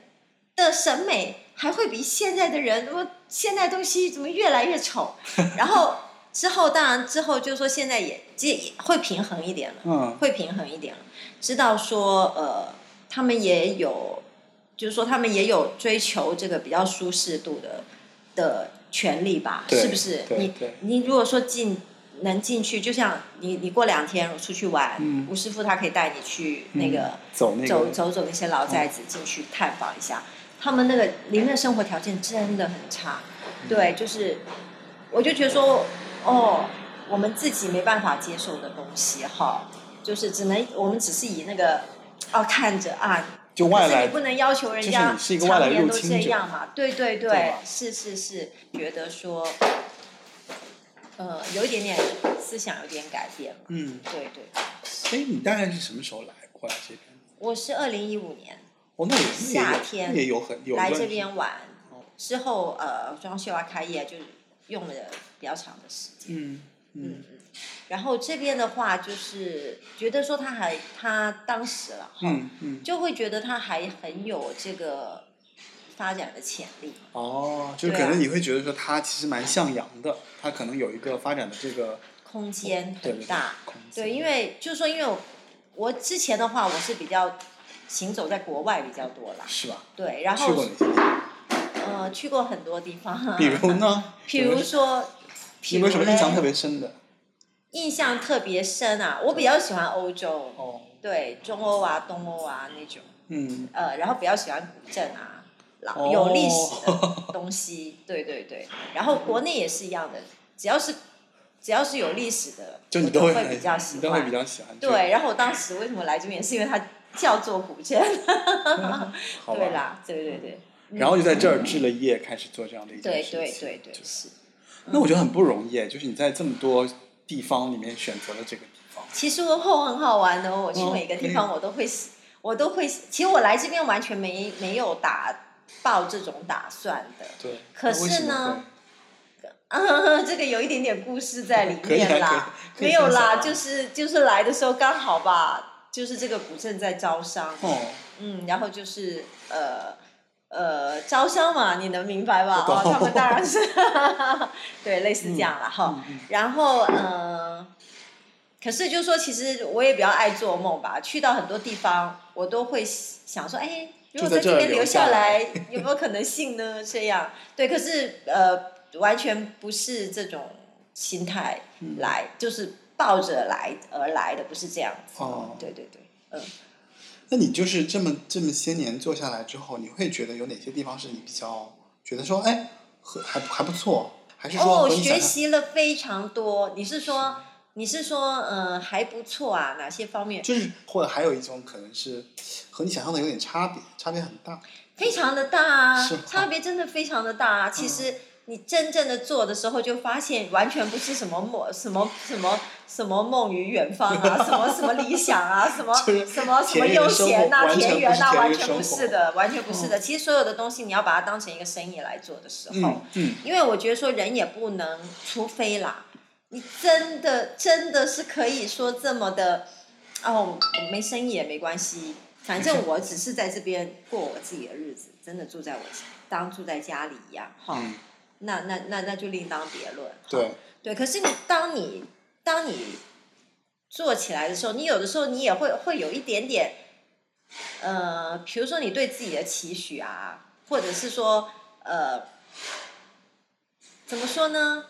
Speaker 3: 的审美还会比现在的人，我现在东西怎么越来越 丑？然后之后，当然之后就是说现在也也也会平衡一点了，
Speaker 2: 嗯
Speaker 3: 会平衡一点了，知道说呃，他们也有，就是说他们也有追求这个比较舒适度的的权利吧，
Speaker 2: 对
Speaker 3: 是不是？
Speaker 2: 对
Speaker 3: 你
Speaker 2: 对
Speaker 3: 你如果说进能进去，就像你你过两天我出去玩，
Speaker 2: 嗯
Speaker 3: 吴师傅他可以带你去那个、
Speaker 2: 走那个
Speaker 3: 走走走那些老宅子进去探访一下，他们那个里面的生活条件真的很差，
Speaker 2: 嗯
Speaker 3: 对，就是我就觉得说，哦，我们自己没办法接受的东西哈，就是只能我们只是以那个哦看着啊，
Speaker 2: 就
Speaker 3: 可
Speaker 2: 外
Speaker 3: 是
Speaker 2: 来
Speaker 3: 你不能要求人
Speaker 2: 就是
Speaker 3: 家
Speaker 2: 你是一个外来
Speaker 3: 常年
Speaker 2: 入
Speaker 3: 都
Speaker 2: 侵
Speaker 3: 这
Speaker 2: 者
Speaker 3: 样嘛，对对对，
Speaker 2: 对吧
Speaker 3: 是是是，觉得说，呃，有一点点思想有点改变嘛，
Speaker 2: 嗯，
Speaker 3: 对对，
Speaker 2: 所以你大概是什么时候来过来这边？
Speaker 3: 我是二零一五年。
Speaker 2: 哦，那也那也有
Speaker 3: 夏天
Speaker 2: 那也有很有一
Speaker 3: 来
Speaker 2: 段
Speaker 3: 这
Speaker 2: 时间
Speaker 3: 边玩
Speaker 2: 哦，
Speaker 3: 之后呃装修啊开业就用了比较长的时间。
Speaker 2: 嗯嗯
Speaker 3: 嗯，然后这边的话就是觉得说他还他当时了，
Speaker 2: 嗯嗯，
Speaker 3: 就会觉得他还很有这个发展的潜力。
Speaker 2: 哦，就是
Speaker 3: 对
Speaker 2: 可
Speaker 3: 啊
Speaker 2: 能你会觉得说它其实蛮向阳的，它可能有一个发展的这个
Speaker 3: 空间
Speaker 2: 对
Speaker 3: 很大，
Speaker 2: 对对空间
Speaker 3: 对，因为就是说，因为我我之前的话，我是比较行走在国外比较多啦，
Speaker 2: 是吧？
Speaker 3: 对，然
Speaker 2: 去过
Speaker 3: 后
Speaker 2: 哪些地方？
Speaker 3: 呃去过很多地方啊，
Speaker 2: 比如呢？
Speaker 3: 比如说，
Speaker 2: 有没有什么
Speaker 3: 比如
Speaker 2: 印
Speaker 3: 嘞
Speaker 2: 象特别深的？
Speaker 3: 印象特别深啊，我比较喜欢欧洲，
Speaker 2: 哦，
Speaker 3: 对中欧啊、东欧啊那种，
Speaker 2: 嗯，
Speaker 3: 呃，然后比较喜欢古镇啊，老、
Speaker 2: 哦
Speaker 3: 有历史的东西，对对对。然后国内也是一样的，只要是只要是有历史的，
Speaker 2: 就你
Speaker 3: 我都
Speaker 2: 会
Speaker 3: 比较喜
Speaker 2: 你
Speaker 3: 欢，
Speaker 2: 都会比较喜欢，就
Speaker 3: 对。，然后我当时为什么来这边，是因为它叫做古镇，
Speaker 2: 好
Speaker 3: 对
Speaker 2: 吧。
Speaker 3: 啦，对对对，嗯
Speaker 2: 然后就在这儿置了业，开始做这样的一件
Speaker 3: 对
Speaker 2: 事情。
Speaker 3: 对对对。
Speaker 2: 就是那我觉得很不容易，就是你在这么多地方里面选择了这个地方。
Speaker 3: 其实我很好玩的哦，我去
Speaker 2: 哦
Speaker 3: 每个地
Speaker 2: 可以
Speaker 3: 方我都会，我都会。其实我来这边完全没没有打抱这种打算的，
Speaker 2: 对，
Speaker 3: 可
Speaker 2: 那为
Speaker 3: 是
Speaker 2: 什么
Speaker 3: 呢
Speaker 2: 会
Speaker 3: 嗯， 这个有一点点故事在里
Speaker 2: 可以啊
Speaker 3: 面啦。
Speaker 2: 可以可以
Speaker 3: 没有
Speaker 2: 分享
Speaker 3: 啦，
Speaker 2: 啊
Speaker 3: 就是就是来的时候刚好吧，就是这个古镇在招商，
Speaker 2: 哦，
Speaker 3: 嗯，然后就是呃呃招商嘛，你能明白吧？
Speaker 2: 我
Speaker 3: 哦，
Speaker 2: 懂
Speaker 3: 他们 当然是，对，类似这样啦。哈。
Speaker 2: 嗯
Speaker 3: 然后呃，可是就是说，其实我也比较爱做梦吧。去到很多地方，我都会想说，哎，如果
Speaker 2: 就在
Speaker 3: 在
Speaker 2: 这
Speaker 3: 这
Speaker 2: 儿
Speaker 3: 边
Speaker 2: 留
Speaker 3: 留
Speaker 2: 下
Speaker 3: 下
Speaker 2: 来
Speaker 3: 来， 有没有可能性呢？这样对，可是呃，完全不是这种心态
Speaker 2: 嗯
Speaker 3: 来，就是抱着来而来的，不是这样子。
Speaker 2: 哦
Speaker 3: 对对对，嗯。
Speaker 2: 那你就是这么这么些年做下来之后，你会觉得有哪些地方是你比较觉得说，哎，和还还不错，还是说啊
Speaker 3: 哦，
Speaker 2: 和你
Speaker 3: 学
Speaker 2: 想象，
Speaker 3: 习了非常多。你是说你是说呃还不错啊？哪些方面？
Speaker 2: 就是或者还有一种可能是和你想象的有点差别，差别很大。
Speaker 3: 非常的大啊
Speaker 2: 是吗，嗯
Speaker 3: 差别真的非常的大啊。其实你真正的做的时候，就发现完全不是什 么梦，什么什么什么梦于远方啊，什么什么理想啊，什么
Speaker 2: 就是
Speaker 3: 什么什
Speaker 2: 田
Speaker 3: 么
Speaker 2: 园
Speaker 3: 悠
Speaker 2: 生活
Speaker 3: 闲呐、
Speaker 2: 完全
Speaker 3: 田园呐、啊
Speaker 2: 不是田园
Speaker 3: 完全
Speaker 2: 生
Speaker 3: 不
Speaker 2: 活
Speaker 3: 是的，完全不是的。其实所有的东西，你要把它当成一个生意来做的时候，
Speaker 2: 嗯嗯，
Speaker 3: 因为我觉得说人也不能，除非啦，你真的真的是可以说这么的，哦，我没生意也没关系，反正我只是在这边过我自己的日子，真的住在我当住在家里一样，哈、
Speaker 2: 嗯
Speaker 3: 那那那那就另当别论，哈
Speaker 2: 对，
Speaker 3: 对。可是你当你当你做起来的时候，你有的时候你也会会有一点点，呃，比如说你对自己的期许啊，或者是说呃，怎么说呢？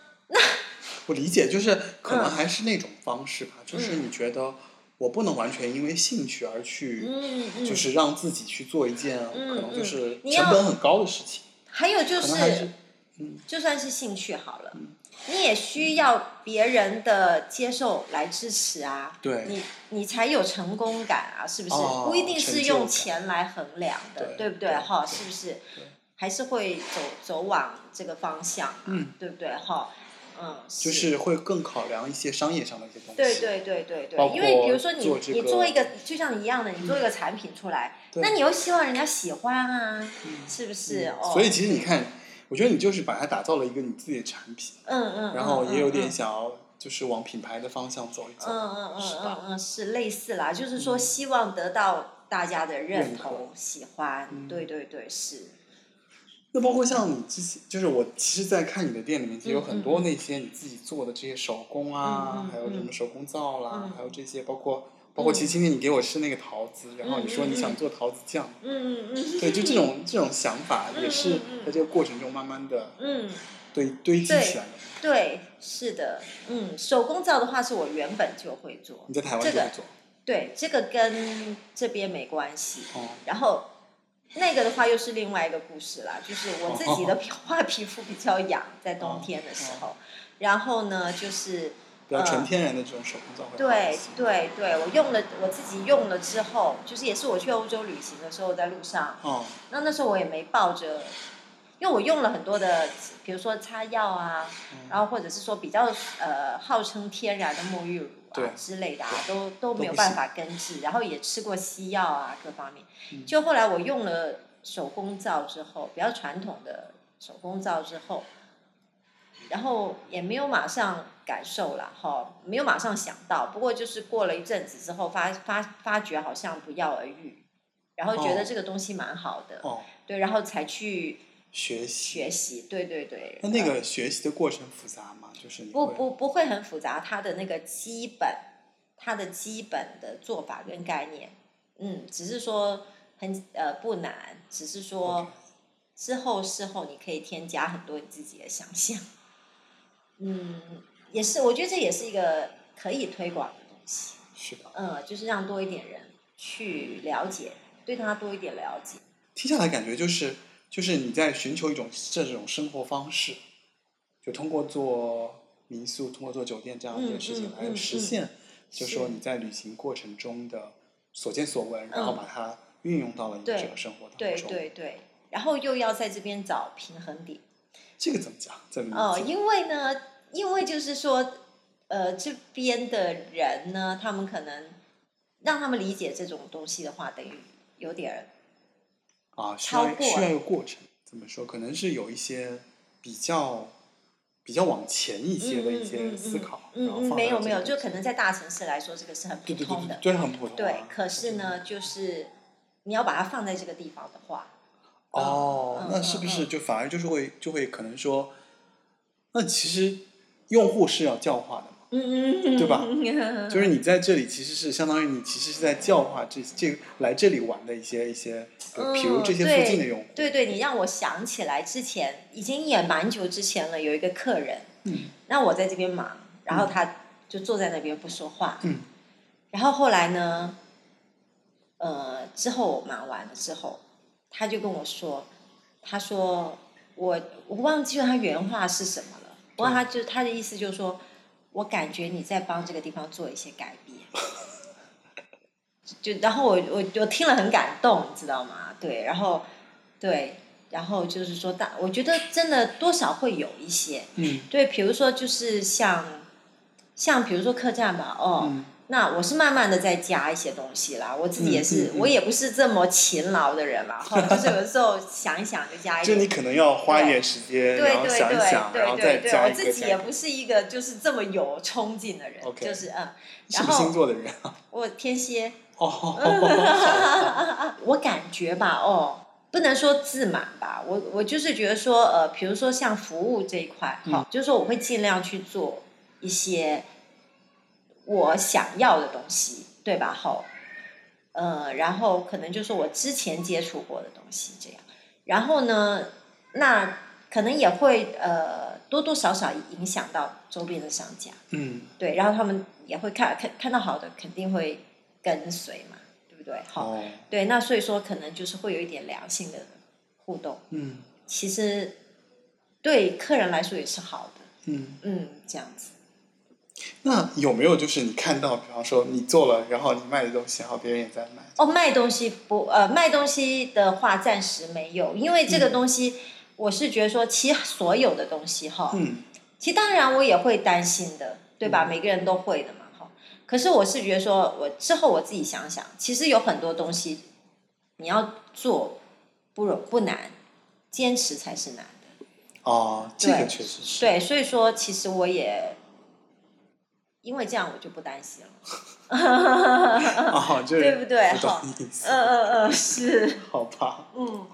Speaker 2: 我理解，就是可能
Speaker 3: 嗯
Speaker 2: 还是那种方式吧，就是你觉得我不能完全因为兴趣而去，
Speaker 3: 嗯嗯，
Speaker 2: 就是让自己去做一件可能就是
Speaker 3: 你
Speaker 2: 成
Speaker 3: 要
Speaker 2: 本很高的事情，
Speaker 3: 还有就
Speaker 2: 可能还
Speaker 3: 是
Speaker 2: 是。嗯
Speaker 3: 就算是兴趣好了，你也需要别人的接受来支持啊，
Speaker 2: 对
Speaker 3: 你你才有成功感啊，是不是？
Speaker 2: 哦
Speaker 3: 不一定是
Speaker 2: 成就
Speaker 3: 用
Speaker 2: 感
Speaker 3: 钱来衡量的，
Speaker 2: 对
Speaker 3: 对不对？
Speaker 2: 对
Speaker 3: 哈，
Speaker 2: 对
Speaker 3: 是不是
Speaker 2: 对？
Speaker 3: 还是会走走往这个方向嘛，啊
Speaker 2: 嗯
Speaker 3: 对不对？哈，嗯，
Speaker 2: 就是会更考量一些商业上的一些东西。
Speaker 3: 对对对对
Speaker 2: 包
Speaker 3: 对，
Speaker 2: 括
Speaker 3: 因为比如说你
Speaker 2: 做这个
Speaker 3: 你做一个，就像你一样的，你做一个产品出来，
Speaker 2: 对
Speaker 3: 那你又希望人家喜欢啊，
Speaker 2: 嗯
Speaker 3: 是不是？
Speaker 2: 嗯
Speaker 3: 哦，
Speaker 2: 所以其实你看，我觉得你就是把它打造了一个你自己的产品，
Speaker 3: 嗯嗯嗯，
Speaker 2: 然后也有点
Speaker 3: 嗯
Speaker 2: 想要就是往品牌的方向走一走。
Speaker 3: 嗯嗯
Speaker 2: 是
Speaker 3: 嗯
Speaker 2: 吧
Speaker 3: 嗯嗯，是类似啦，就是说
Speaker 2: 嗯
Speaker 3: 希望得到大家的认
Speaker 2: 认
Speaker 3: 同、
Speaker 2: 可
Speaker 3: 喜欢，
Speaker 2: 嗯
Speaker 3: 对对对，是，
Speaker 2: 那包括像你之前，就是我其实，在看你的店里面，其实有
Speaker 3: 嗯
Speaker 2: 很
Speaker 3: 嗯
Speaker 2: 多
Speaker 3: 嗯
Speaker 2: 那些你自己做的这些手工啊，
Speaker 3: 嗯嗯
Speaker 2: 还有什么
Speaker 3: 嗯
Speaker 2: 手工皂啦，
Speaker 3: 嗯
Speaker 2: 还有这些，包括包括
Speaker 3: 嗯
Speaker 2: 其实今天你给我吃那个桃子，然后
Speaker 3: 嗯
Speaker 2: 你说你
Speaker 3: 嗯
Speaker 2: 想
Speaker 3: 嗯
Speaker 2: 做桃子酱，
Speaker 3: 嗯嗯
Speaker 2: 对，就这种这种想法也是
Speaker 3: 嗯嗯嗯
Speaker 2: 在这个过程中慢慢的
Speaker 3: 嗯，
Speaker 2: 堆堆积
Speaker 3: 对
Speaker 2: 起来的。
Speaker 3: 对，是的，嗯，手工皂的话是我原本就会做
Speaker 2: 你，在台湾
Speaker 3: 这
Speaker 2: 就会
Speaker 3: 个
Speaker 2: 做，
Speaker 3: 对，这个跟这边没关系，
Speaker 2: 哦，
Speaker 3: 然后那个的话又是另外一个故事啦，就是我自己的皮话皮肤比较痒，在冬天的时候，然后呢就是
Speaker 2: 比较纯
Speaker 3: 嗯
Speaker 2: 天然的这种手工皂会好一
Speaker 3: 对
Speaker 2: 些
Speaker 3: 对对，我用了我自己用了之后，就是也是我去欧洲旅行的时候在路上，
Speaker 2: 哦，
Speaker 3: 那那时候我也没抱着。因为我用了很多的，比如说擦药啊，
Speaker 2: 嗯
Speaker 3: 然后或者是说比较呃号称天然的沐浴乳
Speaker 2: 对
Speaker 3: 啊之类的啊，
Speaker 2: 对
Speaker 3: 都都没有
Speaker 2: 都不行
Speaker 3: 办法根治，然后也吃过西药啊各方面。
Speaker 2: 嗯
Speaker 3: 就后来我用了手工皂之后，比较传统的手工皂之后，然后也没有马上感受啦，哈，没有马上想到，不过就是过了一阵子之后发发发觉好像不药而愈，然后觉得
Speaker 2: 哦
Speaker 3: 这个东西蛮好的，
Speaker 2: 哦，
Speaker 3: 对，然后才去
Speaker 2: 学习。
Speaker 3: 学习，对对对。呃
Speaker 2: 那那个学习的过程复杂吗？就是你
Speaker 3: 不
Speaker 2: 会
Speaker 3: 不不会很复杂，它的那个基本，它的基本的做法跟概念，嗯，只是说很呃不难，只是说
Speaker 2: OK
Speaker 3: 之后事后你可以添加很多你自己的想象，嗯，也是，我觉得这也是一个可以推广的东西，
Speaker 2: 是的。
Speaker 3: 嗯、就是让多一点人去了解，对它多一点了解，
Speaker 2: 听下来感觉就是就是你在寻求一种这种生活方式，就通过做民宿，通过做酒店这样一件事情
Speaker 3: 嗯嗯
Speaker 2: 来
Speaker 3: 嗯
Speaker 2: 实
Speaker 3: 嗯
Speaker 2: 现，就说
Speaker 3: 是
Speaker 2: 你在旅行过程中的所见所闻，然后把它运用到了你的
Speaker 3: 嗯对
Speaker 2: 整个生活当
Speaker 3: 对
Speaker 2: 中。
Speaker 3: 对对，然后又要在这边找平衡点。
Speaker 2: 这个怎么讲？怎么
Speaker 3: 哦，
Speaker 2: 理解
Speaker 3: 因为呢，因为就是说，呃，这边的人呢，他们可能让他们理解这种东西的话，等于有点儿
Speaker 2: 啊，需
Speaker 3: 超
Speaker 2: 要
Speaker 3: 过
Speaker 2: 需要一个过程。怎么说？可能是有一些比较比较往前一些的一些思考，
Speaker 3: 嗯
Speaker 2: 然后
Speaker 3: 嗯嗯嗯嗯，
Speaker 2: 放
Speaker 3: 没
Speaker 2: 在
Speaker 3: 有
Speaker 2: 这
Speaker 3: 没
Speaker 2: 个东
Speaker 3: 有，就
Speaker 2: 西
Speaker 3: 可能在大城市来说，这个是很普
Speaker 2: 对对对
Speaker 3: 通
Speaker 2: 对
Speaker 3: 的，，
Speaker 2: 就是很普通、啊。
Speaker 3: 对。可是
Speaker 2: 就是
Speaker 3: 呢，就是你要把它放在这个地方的话，
Speaker 2: 哦
Speaker 3: 嗯，
Speaker 2: 那
Speaker 3: 嗯
Speaker 2: 是不
Speaker 3: 嗯
Speaker 2: 是就反而就是会就会可能说，那其实用户是要教化的嘛？
Speaker 3: 嗯嗯，
Speaker 2: 对吧？就
Speaker 3: 就是
Speaker 2: 你在这里其实是相当于你其实是在教化这这来这里玩的一些一些，呃比如这些附近的用户，
Speaker 3: 嗯对对，你让我想起来之前，已经也蛮久之前了，有一个客人，
Speaker 2: 嗯
Speaker 3: 那我在这边忙，然后他就坐在那边不说话。
Speaker 2: 嗯
Speaker 3: 然后后来呢，呃，之后我忙完了之后，他就跟我说，他说我我忘记了他原话是什么了，不过他就他的意思就是说，我感觉你在帮这个地方做一些改变。就然后我我我听了很感动，你知道吗？对，然后对，然后就是说，但我觉得真的多少会有一些，
Speaker 2: 嗯
Speaker 3: 对，比如说就是像像比如说客栈吧，哦，
Speaker 2: 嗯
Speaker 3: 那我是慢慢的在加一些东西啦。我自己也是，
Speaker 2: 嗯嗯嗯
Speaker 3: 我也不是这么勤劳的人啦，哈，就是有的时候想一想就加一
Speaker 2: 啊就
Speaker 3: 点。
Speaker 2: 你可能要花一
Speaker 3: 对
Speaker 2: 点时间，
Speaker 3: 对
Speaker 2: 然后
Speaker 3: 对
Speaker 2: 想一想，然后
Speaker 3: 对
Speaker 2: 再
Speaker 3: 对对对，
Speaker 2: 加
Speaker 3: 我
Speaker 2: 一个
Speaker 3: 自己也
Speaker 2: 加一个，
Speaker 3: 不是一个就是这么有冲劲的人
Speaker 2: OK
Speaker 3: 就是嗯，
Speaker 2: 是
Speaker 3: 然
Speaker 2: 不是星
Speaker 3: 后嗯
Speaker 2: 座的人 啊？
Speaker 3: 我天蝎，
Speaker 2: 哦，好
Speaker 3: 我感觉吧，哦，不能说自满吧，我我就是觉得说，呃，比如说像服务这一块，哈、
Speaker 2: 嗯
Speaker 3: 就是说我会尽量去做一些我想要的东西，对吧？好，呃，然后可能就是我之前接触过的东西这样，然后呢，那可能也会呃多多少少影响到周边的商家，
Speaker 2: 嗯，
Speaker 3: 对，然后他们也会看看看到好的，肯定会跟随嘛，对不对？好。
Speaker 2: 哦，
Speaker 3: 对，那所以说可能就是会有一点良性的互动，
Speaker 2: 嗯
Speaker 3: 其实对客人来说也是好的，
Speaker 2: 嗯。
Speaker 3: 嗯，这样子。
Speaker 2: 那有没有就是你看到，比方说你做了，然后你卖的东西，然后别人也在卖？
Speaker 3: 哦，卖东西不呃，卖东西的话暂时没有，因为这个东西我是觉得说，其实所有的东西哈，
Speaker 2: 嗯，
Speaker 3: 其实当然我也会担心的，对吧？每个人都会的嘛，哈。可是我是觉得说，我之后我自己想想，其实有很多东西你要做不容不难，坚持才是难的。
Speaker 2: 哦，这个
Speaker 3: 对
Speaker 2: 确实是。
Speaker 3: 对，所以说其实我也因为这样我就不担心了，
Speaker 2: 哦，这
Speaker 3: 对不对
Speaker 2: 不懂
Speaker 3: 哈
Speaker 2: 意思，
Speaker 3: 嗯嗯嗯，是，
Speaker 2: 好吧。
Speaker 3: 嗯。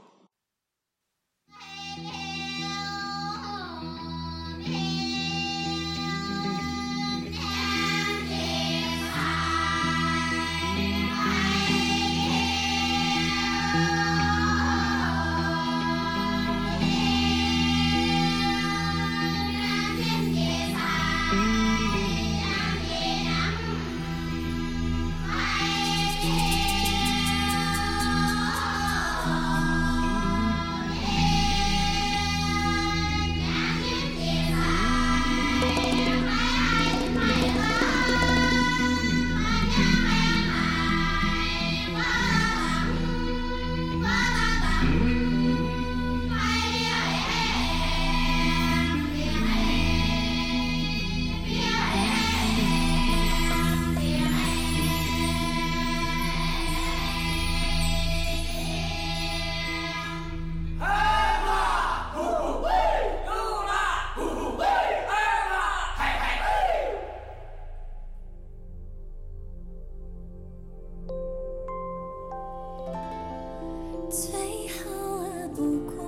Speaker 4: 最好啊不过，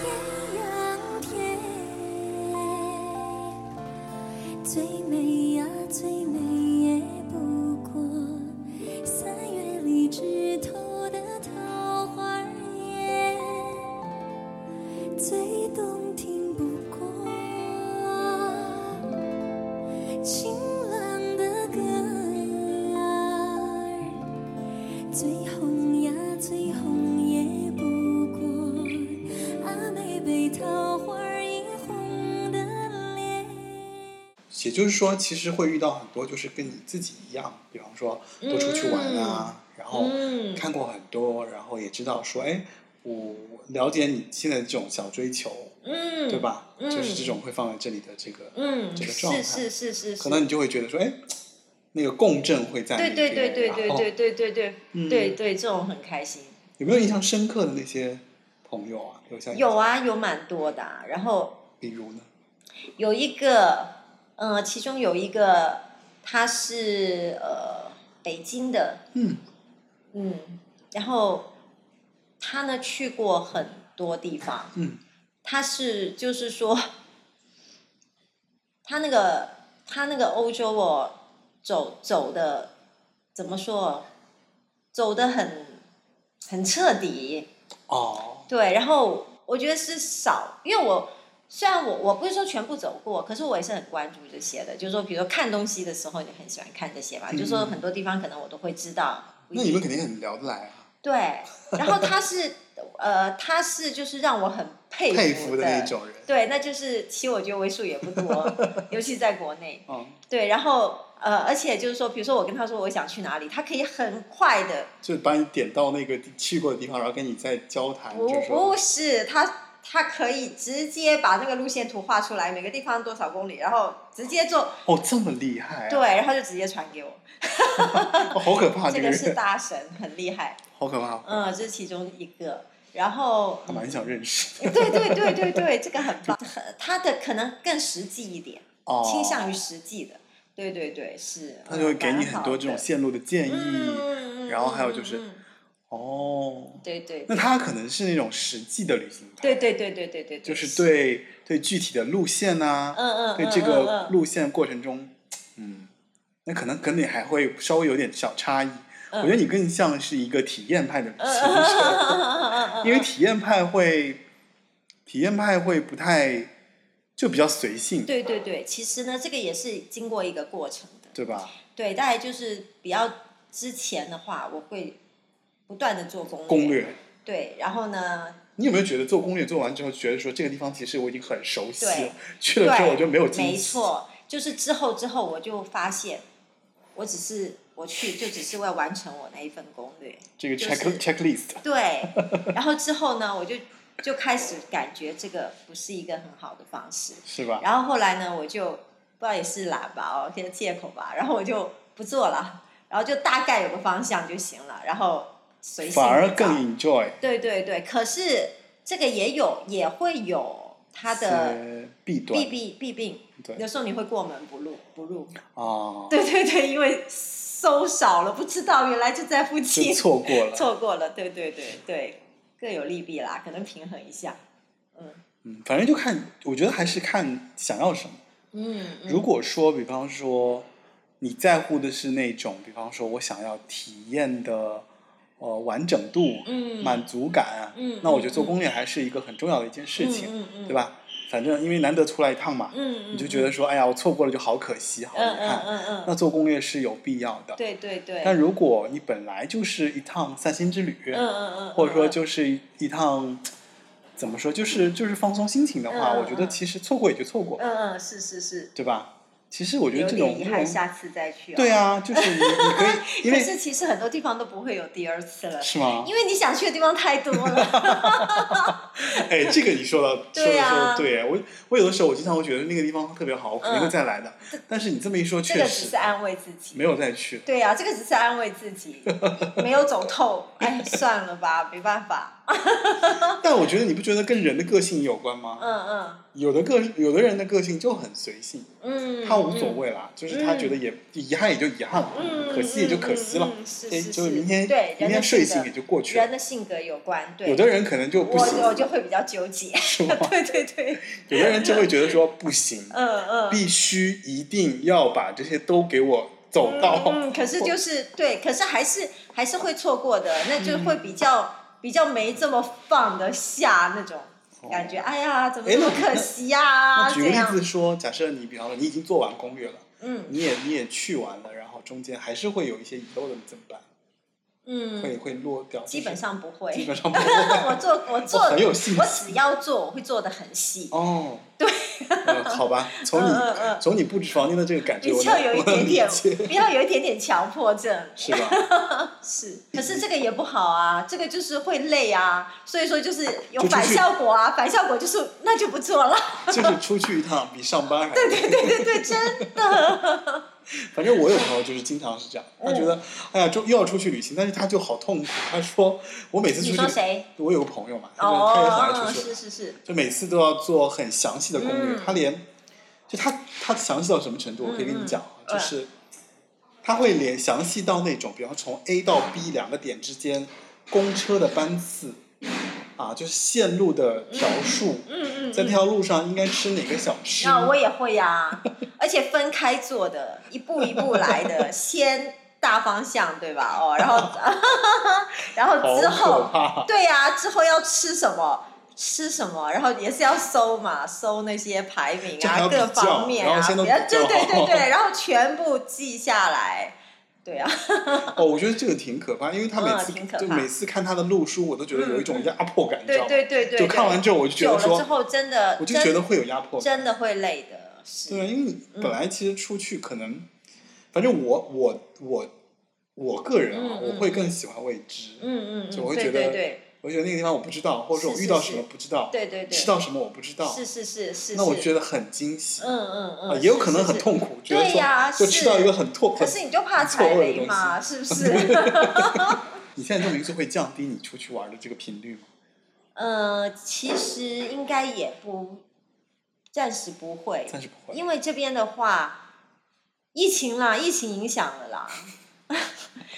Speaker 4: 艳阳天，最美呀最美也不过三月里枝头的桃花叶，最动听不过。晴朗的歌儿，最红呀最红也不过阿妹被桃花儿映红的脸。
Speaker 2: 也就是说，其实会遇到很多就是跟你自己一样，比方说多出去玩啊，然后
Speaker 3: 嗯
Speaker 2: 看过很多，然后也知道说，哎，我了解你现在这种小追求，
Speaker 3: 嗯，
Speaker 2: 对？吧？
Speaker 3: 嗯
Speaker 2: 就是这种会放在这里的这个，
Speaker 3: 嗯，
Speaker 2: 这个状态
Speaker 3: 是是是是是，
Speaker 2: 可能你就会觉得说，哎，那个共振会在
Speaker 3: 对
Speaker 2: 那边。
Speaker 3: 对对对对
Speaker 2: 然后
Speaker 3: 对对对对
Speaker 2: 嗯
Speaker 3: 对对，这种很开心。
Speaker 2: 有没有印象深刻的那些朋友啊？留下
Speaker 3: 有，啊，有蛮多的啊、然后
Speaker 2: 比如呢？
Speaker 3: 有一个，呃，其中有一个他是呃北京的，
Speaker 2: 嗯，
Speaker 3: 嗯，然后他呢去过很多地方，
Speaker 2: 嗯，
Speaker 3: 他是就是说，他那个他那个欧洲哦，走走的怎么说，走的很很彻底，
Speaker 2: 哦，
Speaker 3: 对，然后我觉得是少，因为我虽然我我不是说全部走过，可是我也是很关注这些的。就是说，比如说看东西的时候，你很喜欢看这些吧，
Speaker 2: 嗯
Speaker 3: 就是说很多地方可能我都会知道。
Speaker 2: 那你们肯定很聊得来啊，
Speaker 3: 对，然后他是呃，他是就是让我很 佩
Speaker 2: 佩
Speaker 3: 服
Speaker 2: 服的那种人。
Speaker 3: 对，那就是其实我觉得为数也不 多，尤其在国内。
Speaker 2: 嗯，
Speaker 3: 对，然后呃，而且就是说，比如说我跟他说我想去哪里，他可以很快的
Speaker 2: 就把你点到那个地去过的地方，然后跟你在交谈，
Speaker 3: 不
Speaker 2: 嗯就是
Speaker 3: 不
Speaker 2: 说，
Speaker 3: 是，他他可以直接把那个路线图画出来，每个地方多少公里，然后直接做
Speaker 2: 哦，这么厉害、啊，
Speaker 3: 对，，然后就直接传给我。
Speaker 2: 哦、好可怕，
Speaker 3: 这
Speaker 2: 个
Speaker 3: 个是
Speaker 2: 人，
Speaker 3: 大神，很厉害。
Speaker 2: 好可怕，
Speaker 3: 嗯，这是其中一个。然后，
Speaker 2: 还蛮想认识的。
Speaker 3: 对对对对对，这个很棒。很他的可能更实际一点，
Speaker 2: 哦，
Speaker 3: 倾向于实际的。对对对，是。嗯
Speaker 2: 他就会给你
Speaker 3: 蛮
Speaker 2: 很
Speaker 3: 好
Speaker 2: 多这种
Speaker 3: 的
Speaker 2: 线路的建议。
Speaker 3: 嗯，
Speaker 2: 然后还有就是
Speaker 3: 嗯嗯嗯
Speaker 2: 哦，
Speaker 3: 对对
Speaker 2: 那他可能是那种实际的旅行派，
Speaker 3: 对对对对对对，
Speaker 2: 就是对对具体的路线啊呐、
Speaker 3: 嗯 嗯，
Speaker 2: 对
Speaker 3: 嗯
Speaker 2: 这个
Speaker 3: 嗯嗯
Speaker 2: 路线过程中，嗯，那可能跟你还会稍微有点小差异。
Speaker 3: 嗯
Speaker 2: 我觉得你更像是一个体验派的旅行
Speaker 3: 嗯嗯
Speaker 2: 者。
Speaker 3: 嗯嗯嗯
Speaker 2: 因为体验派会，体验派会不太，就比较随性，
Speaker 3: 对对对，其实呢，这个也是经过一个过程的。
Speaker 2: 对吧？
Speaker 3: 对，大概就是比较之前的话，我会不断的做攻略。
Speaker 2: 攻略，
Speaker 3: 对，然后呢，
Speaker 2: 你有没有觉得做攻略做完之后，觉得说这个地方其实我已经很熟悉
Speaker 3: 对
Speaker 2: 了，去
Speaker 3: 对，
Speaker 2: 了之后我就没有惊
Speaker 3: 没
Speaker 2: 喜，
Speaker 3: 错，就是之后之后我就发现，我只是我去就只是为了完成我那一份攻略。
Speaker 2: 这个
Speaker 3: 就
Speaker 2: check、
Speaker 3: 是
Speaker 2: checklist，
Speaker 3: 对，然后之后呢，我就就开始感觉这个不是一个很好的方式。
Speaker 2: 是吧？
Speaker 3: 然后后来呢，我就不知道也是懒吧哦，些借口吧，然后我就不做了，然后就大概有个方向就行了，然后随性
Speaker 2: 反而
Speaker 3: 地找
Speaker 2: 更 enjoy
Speaker 3: 对对对，可是这个也有也会有它的
Speaker 2: 是弊端
Speaker 3: 弊弊弊病，
Speaker 2: 对
Speaker 3: 有时候你会过门不入不入，
Speaker 2: 啊，
Speaker 3: 对对对，因为收少了，不知道原来就在附近
Speaker 2: 就，错过了。
Speaker 3: 错过了，对对对对，各有利弊啦，可能平衡一下，嗯
Speaker 2: 嗯，反正就看，我觉得还是看想要什么。
Speaker 3: 嗯，嗯
Speaker 2: 如果说，比方说你在乎的是那种，比方说我想要体验的呃完整度、
Speaker 3: 嗯
Speaker 2: 满足感，啊
Speaker 3: 嗯
Speaker 2: 那我觉得做
Speaker 3: 嗯
Speaker 2: 攻略还是一个很重要的一件事情，
Speaker 3: 嗯嗯、
Speaker 2: 对？吧？反正因为难得出来一趟嘛，
Speaker 3: 嗯嗯，
Speaker 2: 你就觉得说，哎呀，我错过了就好可惜，好
Speaker 3: 嗯
Speaker 2: 遗
Speaker 3: 嗯
Speaker 2: 憾。
Speaker 3: 嗯嗯
Speaker 2: 那
Speaker 3: 嗯，
Speaker 2: 做攻略是有必要的。
Speaker 3: 对对对，
Speaker 2: 但如果你本来就是一趟散心之旅，
Speaker 3: 嗯嗯嗯，
Speaker 2: 或者说
Speaker 3: 嗯
Speaker 2: 就是一趟怎么说，就是就是放松心情的话，
Speaker 3: 嗯嗯
Speaker 2: 我觉得
Speaker 3: 嗯
Speaker 2: 其实错过也就错过，
Speaker 3: 嗯嗯是是是，
Speaker 2: 对吧？其实我觉
Speaker 3: 有
Speaker 2: 得这种
Speaker 3: 点遗憾，
Speaker 2: 这种
Speaker 3: 下次再去、哦。
Speaker 2: 对 啊，就是你你可以，因
Speaker 3: 可
Speaker 2: 为
Speaker 3: 是其实很多地方都不会有第二次了，
Speaker 2: 是啊吗？
Speaker 3: 因为你想去的地方太多了。
Speaker 2: 哎，这个你说的说
Speaker 3: 对
Speaker 2: 的
Speaker 3: 啊
Speaker 2: 说的对，我我有的时候我经常会觉得那个地方特别好，我肯定会
Speaker 3: 嗯
Speaker 2: 再来的。但是你这么一说，
Speaker 3: 这
Speaker 2: 确
Speaker 3: 个只
Speaker 2: 实
Speaker 3: 是安慰自己。
Speaker 2: 没有再去。
Speaker 3: 对啊呀、这个只是安慰自 己，没有走透。哎，算了吧，没办法。
Speaker 2: 但我觉得你不觉得跟人的个性有关吗？
Speaker 3: 嗯嗯
Speaker 2: 有的个有的人的个性就很随性，
Speaker 3: 嗯，
Speaker 2: 他无所谓啦，就是他觉得也遗憾也就遗憾了，
Speaker 3: 嗯，嗯，
Speaker 2: 可惜也就可惜了。
Speaker 3: 嗯嗯嗯是
Speaker 2: 哎，
Speaker 3: 是，
Speaker 2: 就是明天
Speaker 3: 对
Speaker 2: 明
Speaker 3: 人的
Speaker 2: 天睡
Speaker 3: 性
Speaker 2: 醒
Speaker 3: 格
Speaker 2: 也就过去
Speaker 3: 人
Speaker 2: 了。
Speaker 3: 的性格有关，对。
Speaker 2: 有的人可能就不行，
Speaker 3: 我我就会比较纠 结。
Speaker 2: 是 吗
Speaker 3: 对对对，
Speaker 2: 有的人就会觉得说不行，
Speaker 3: 嗯 嗯。
Speaker 2: 必须一定要把这些都给我走到。
Speaker 3: 嗯，嗯可是就是对，可是还是还是会错过的，那就会比较、
Speaker 2: 嗯
Speaker 3: 比较没这么放得下那种感觉。哎呀，怎
Speaker 2: 哦
Speaker 3: 么
Speaker 2: 哎
Speaker 3: 这
Speaker 2: 那
Speaker 3: 么可惜呀、
Speaker 2: 那
Speaker 3: 这
Speaker 2: 举个例
Speaker 3: 样，
Speaker 2: 子说，假设你比方说你已经做完攻略了，
Speaker 3: 嗯
Speaker 2: 你也你也去完了，然后中间还是会有一些遗漏的，你怎么办？会
Speaker 3: 嗯，
Speaker 2: 会落掉？
Speaker 3: 基本上不会。
Speaker 2: 基本上不 会。
Speaker 3: 我做我 做
Speaker 2: 我很有信心
Speaker 3: 我只要做，我会做的很细。
Speaker 2: 哦，对、好吧，从你、
Speaker 3: 嗯嗯
Speaker 2: 从你布置房间的这个感觉，
Speaker 3: 比
Speaker 2: 我
Speaker 3: 较
Speaker 2: 能
Speaker 3: 有一
Speaker 2: 我能
Speaker 3: 点
Speaker 2: 理
Speaker 3: 点，
Speaker 2: 解，
Speaker 3: 比较有一点点强迫症，
Speaker 2: 是吧？
Speaker 3: 是。可是这个也不好啊，这个就是会累啊，所以说就是有
Speaker 2: 就出去
Speaker 3: 反效果啊，反效果就是那就不做 了。
Speaker 2: 就是出去一趟比上班还累。
Speaker 3: 对对对，真
Speaker 2: 反正我有朋友就是经常是这样，
Speaker 3: 嗯
Speaker 2: 他觉得哎呀，就又要出去旅行，但是他就好痛苦。他说我每次出
Speaker 3: 你说
Speaker 2: 去，
Speaker 3: 谁？
Speaker 2: 我有个朋友嘛，他就
Speaker 3: 哦，
Speaker 2: 他也很爱出去
Speaker 3: 是
Speaker 2: 玩，
Speaker 3: 是是，
Speaker 2: 就每次都要做很详细的攻略。
Speaker 3: 嗯
Speaker 2: 他连就他他详细到什么程度，我可以跟你讲，啊
Speaker 3: 嗯嗯
Speaker 2: 就是他会连详细到那种，比方从 A 到 B 两个点之间公车的班次啊，就是线路的条数，
Speaker 3: 嗯 嗯。
Speaker 2: 在这条路上应该吃哪个小吃。
Speaker 3: 那我也会呀、而且分开做的，一步一步来的，先大方向对吧？哦，然后 然后哦之
Speaker 2: 好可
Speaker 3: 后，
Speaker 2: 怕！
Speaker 3: 对呀、之后要吃什么？吃什么？然后也是要搜嘛，搜那些排名
Speaker 2: 这还
Speaker 3: 啊，
Speaker 2: 要比较
Speaker 3: 各方面
Speaker 2: 然
Speaker 3: 啊
Speaker 2: 后，先都
Speaker 3: 不要对对对
Speaker 2: 比较
Speaker 3: 对，然后全部记下来。对啊，
Speaker 2: 哦，我觉得这个挺可怕，因为他每
Speaker 3: 嗯
Speaker 2: 次、
Speaker 3: 挺可
Speaker 2: 就
Speaker 3: 怕
Speaker 2: 每次看他的路书，我都觉得有一种压迫感，你知
Speaker 3: 对
Speaker 2: 道吗？
Speaker 3: 对对对，
Speaker 2: 就看完之后，我就觉
Speaker 3: 久
Speaker 2: 得
Speaker 3: 了之
Speaker 2: 说，
Speaker 3: 后真嗯的，
Speaker 2: 我就觉得会有压迫
Speaker 3: 真
Speaker 2: 感。
Speaker 3: 真的会累的，
Speaker 2: 对
Speaker 3: 是
Speaker 2: 啊，因为你本来其实出去可能，反正我我我我个人啊，
Speaker 3: 嗯嗯
Speaker 2: 我会更喜欢未知，
Speaker 3: 嗯嗯嗯，
Speaker 2: 就我会
Speaker 3: 对
Speaker 2: 觉
Speaker 3: 对
Speaker 2: 得
Speaker 3: 对
Speaker 2: 我觉得那个地方我不知道，或者说我
Speaker 3: 是
Speaker 2: 遇
Speaker 3: 是
Speaker 2: 到
Speaker 3: 是
Speaker 2: 什么不知道，
Speaker 3: 对对对，
Speaker 2: 吃到什么我不知道，
Speaker 3: 是是是是，
Speaker 2: 那我
Speaker 3: 是
Speaker 2: 觉得很惊喜、
Speaker 3: 嗯嗯嗯
Speaker 2: 啊，，也有可能
Speaker 3: 是
Speaker 2: 很。痛苦，觉得
Speaker 3: 对
Speaker 2: 说、
Speaker 3: 呀
Speaker 2: 就是吃到一个很痛，
Speaker 3: 是是可
Speaker 2: 很
Speaker 3: 是你就怕踩雷嘛，是不是？
Speaker 2: 你现在这么一说会降低你出去玩的这个频率吗？
Speaker 3: 呃，其实应该也不，暂时不会，
Speaker 2: 暂时不会，
Speaker 3: 因为这边的话，疫情啦，疫情影响了啦。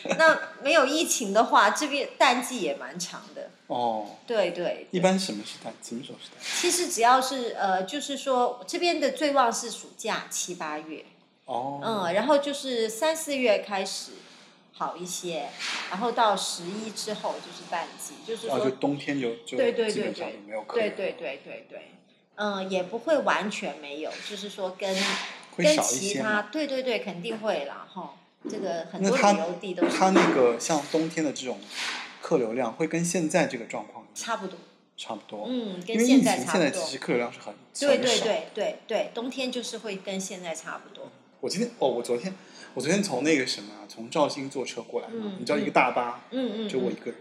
Speaker 3: 那没有疫情的话，这边淡季也蛮长的。
Speaker 2: 哦，
Speaker 3: 对对，
Speaker 2: 一般什么时代？什么时候是代？
Speaker 3: 其实只要是呃，就是说这边的最旺是暑假七八月，
Speaker 2: 哦，
Speaker 3: 嗯，然后就是三四月开始好一些，然后到十一之后就是淡季，就是
Speaker 2: 然
Speaker 3: 说，
Speaker 2: 哦后就冬天就就
Speaker 3: 对对
Speaker 2: 基
Speaker 3: 对
Speaker 2: 本上
Speaker 3: 对
Speaker 2: 就没有客
Speaker 3: 对
Speaker 2: 人，
Speaker 3: 对对对对，嗯，也不会完全没有，就是说跟
Speaker 2: 会
Speaker 3: 跟
Speaker 2: 少一
Speaker 3: 其
Speaker 2: 些
Speaker 3: 他，
Speaker 2: 吗。
Speaker 3: 对对对，肯定会啦哈。这个很
Speaker 2: 那
Speaker 3: 多
Speaker 2: 他
Speaker 3: 旅游地都
Speaker 2: 他
Speaker 3: 是
Speaker 2: 那个像冬天的这种客流量，会跟现在这个状况
Speaker 3: 差不多，
Speaker 2: 差不多，
Speaker 3: 嗯，
Speaker 2: 因
Speaker 3: 跟
Speaker 2: 为疫
Speaker 3: 现
Speaker 2: 情
Speaker 3: 在
Speaker 2: 现
Speaker 3: 差不
Speaker 2: 在其
Speaker 3: 多
Speaker 2: 实。客流量是很
Speaker 3: 对对
Speaker 2: 很少
Speaker 3: 对对对，冬天就是会跟现在差不多。
Speaker 2: 我今天哦，我昨天我昨天从那个什么啊，从绍兴坐车过来嘛，
Speaker 3: 嗯
Speaker 2: 你知道一个大巴
Speaker 3: 嗯嗯，
Speaker 2: 就我一
Speaker 3: 嗯
Speaker 2: 个人，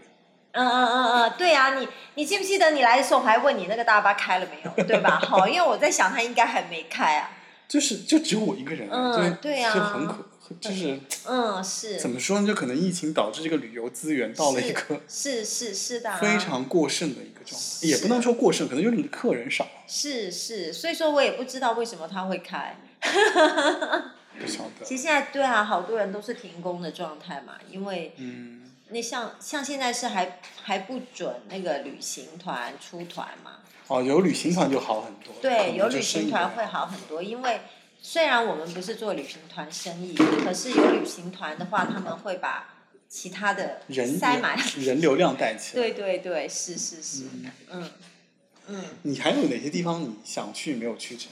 Speaker 3: 嗯嗯嗯嗯，对啊，你你记不记得你来的时候我还问你那个大巴开了没有，对吧？ 好，因为我在想他应该还没开啊。
Speaker 2: 就是就只有我一个人，啊
Speaker 3: 嗯
Speaker 2: 就是
Speaker 3: 对呀
Speaker 2: 就很可，就是
Speaker 3: 嗯，是
Speaker 2: 怎么说呢？就可能疫情导致这个旅游资源到了一个
Speaker 3: 是是是的、啊，
Speaker 2: 非常过剩的一个状态，
Speaker 3: 是
Speaker 2: 也不能说过剩，可能就是你的客人少，
Speaker 3: 是是，所以说我也不知道为什么他会开。
Speaker 2: 不晓
Speaker 3: 其
Speaker 2: 得。
Speaker 3: 实现在对啊，好多人都是停工的状态嘛，因为
Speaker 2: 嗯，
Speaker 3: 那像像现在是还还不准那个旅行团出团嘛，
Speaker 2: 哦，有旅行团就好很多，可
Speaker 3: 对，
Speaker 2: 能
Speaker 3: 有
Speaker 2: 就
Speaker 3: 旅
Speaker 2: 生
Speaker 3: 行
Speaker 2: 意
Speaker 3: 团
Speaker 2: 没
Speaker 3: 会好很多，因为虽然我们不是做旅行团生意，可是有旅行团的话，他们会把其他的
Speaker 2: 人
Speaker 3: 塞满。
Speaker 2: 人流量带起来。
Speaker 3: 对对对，是是是，嗯嗯
Speaker 2: 你还有哪些地方你想去没有去成？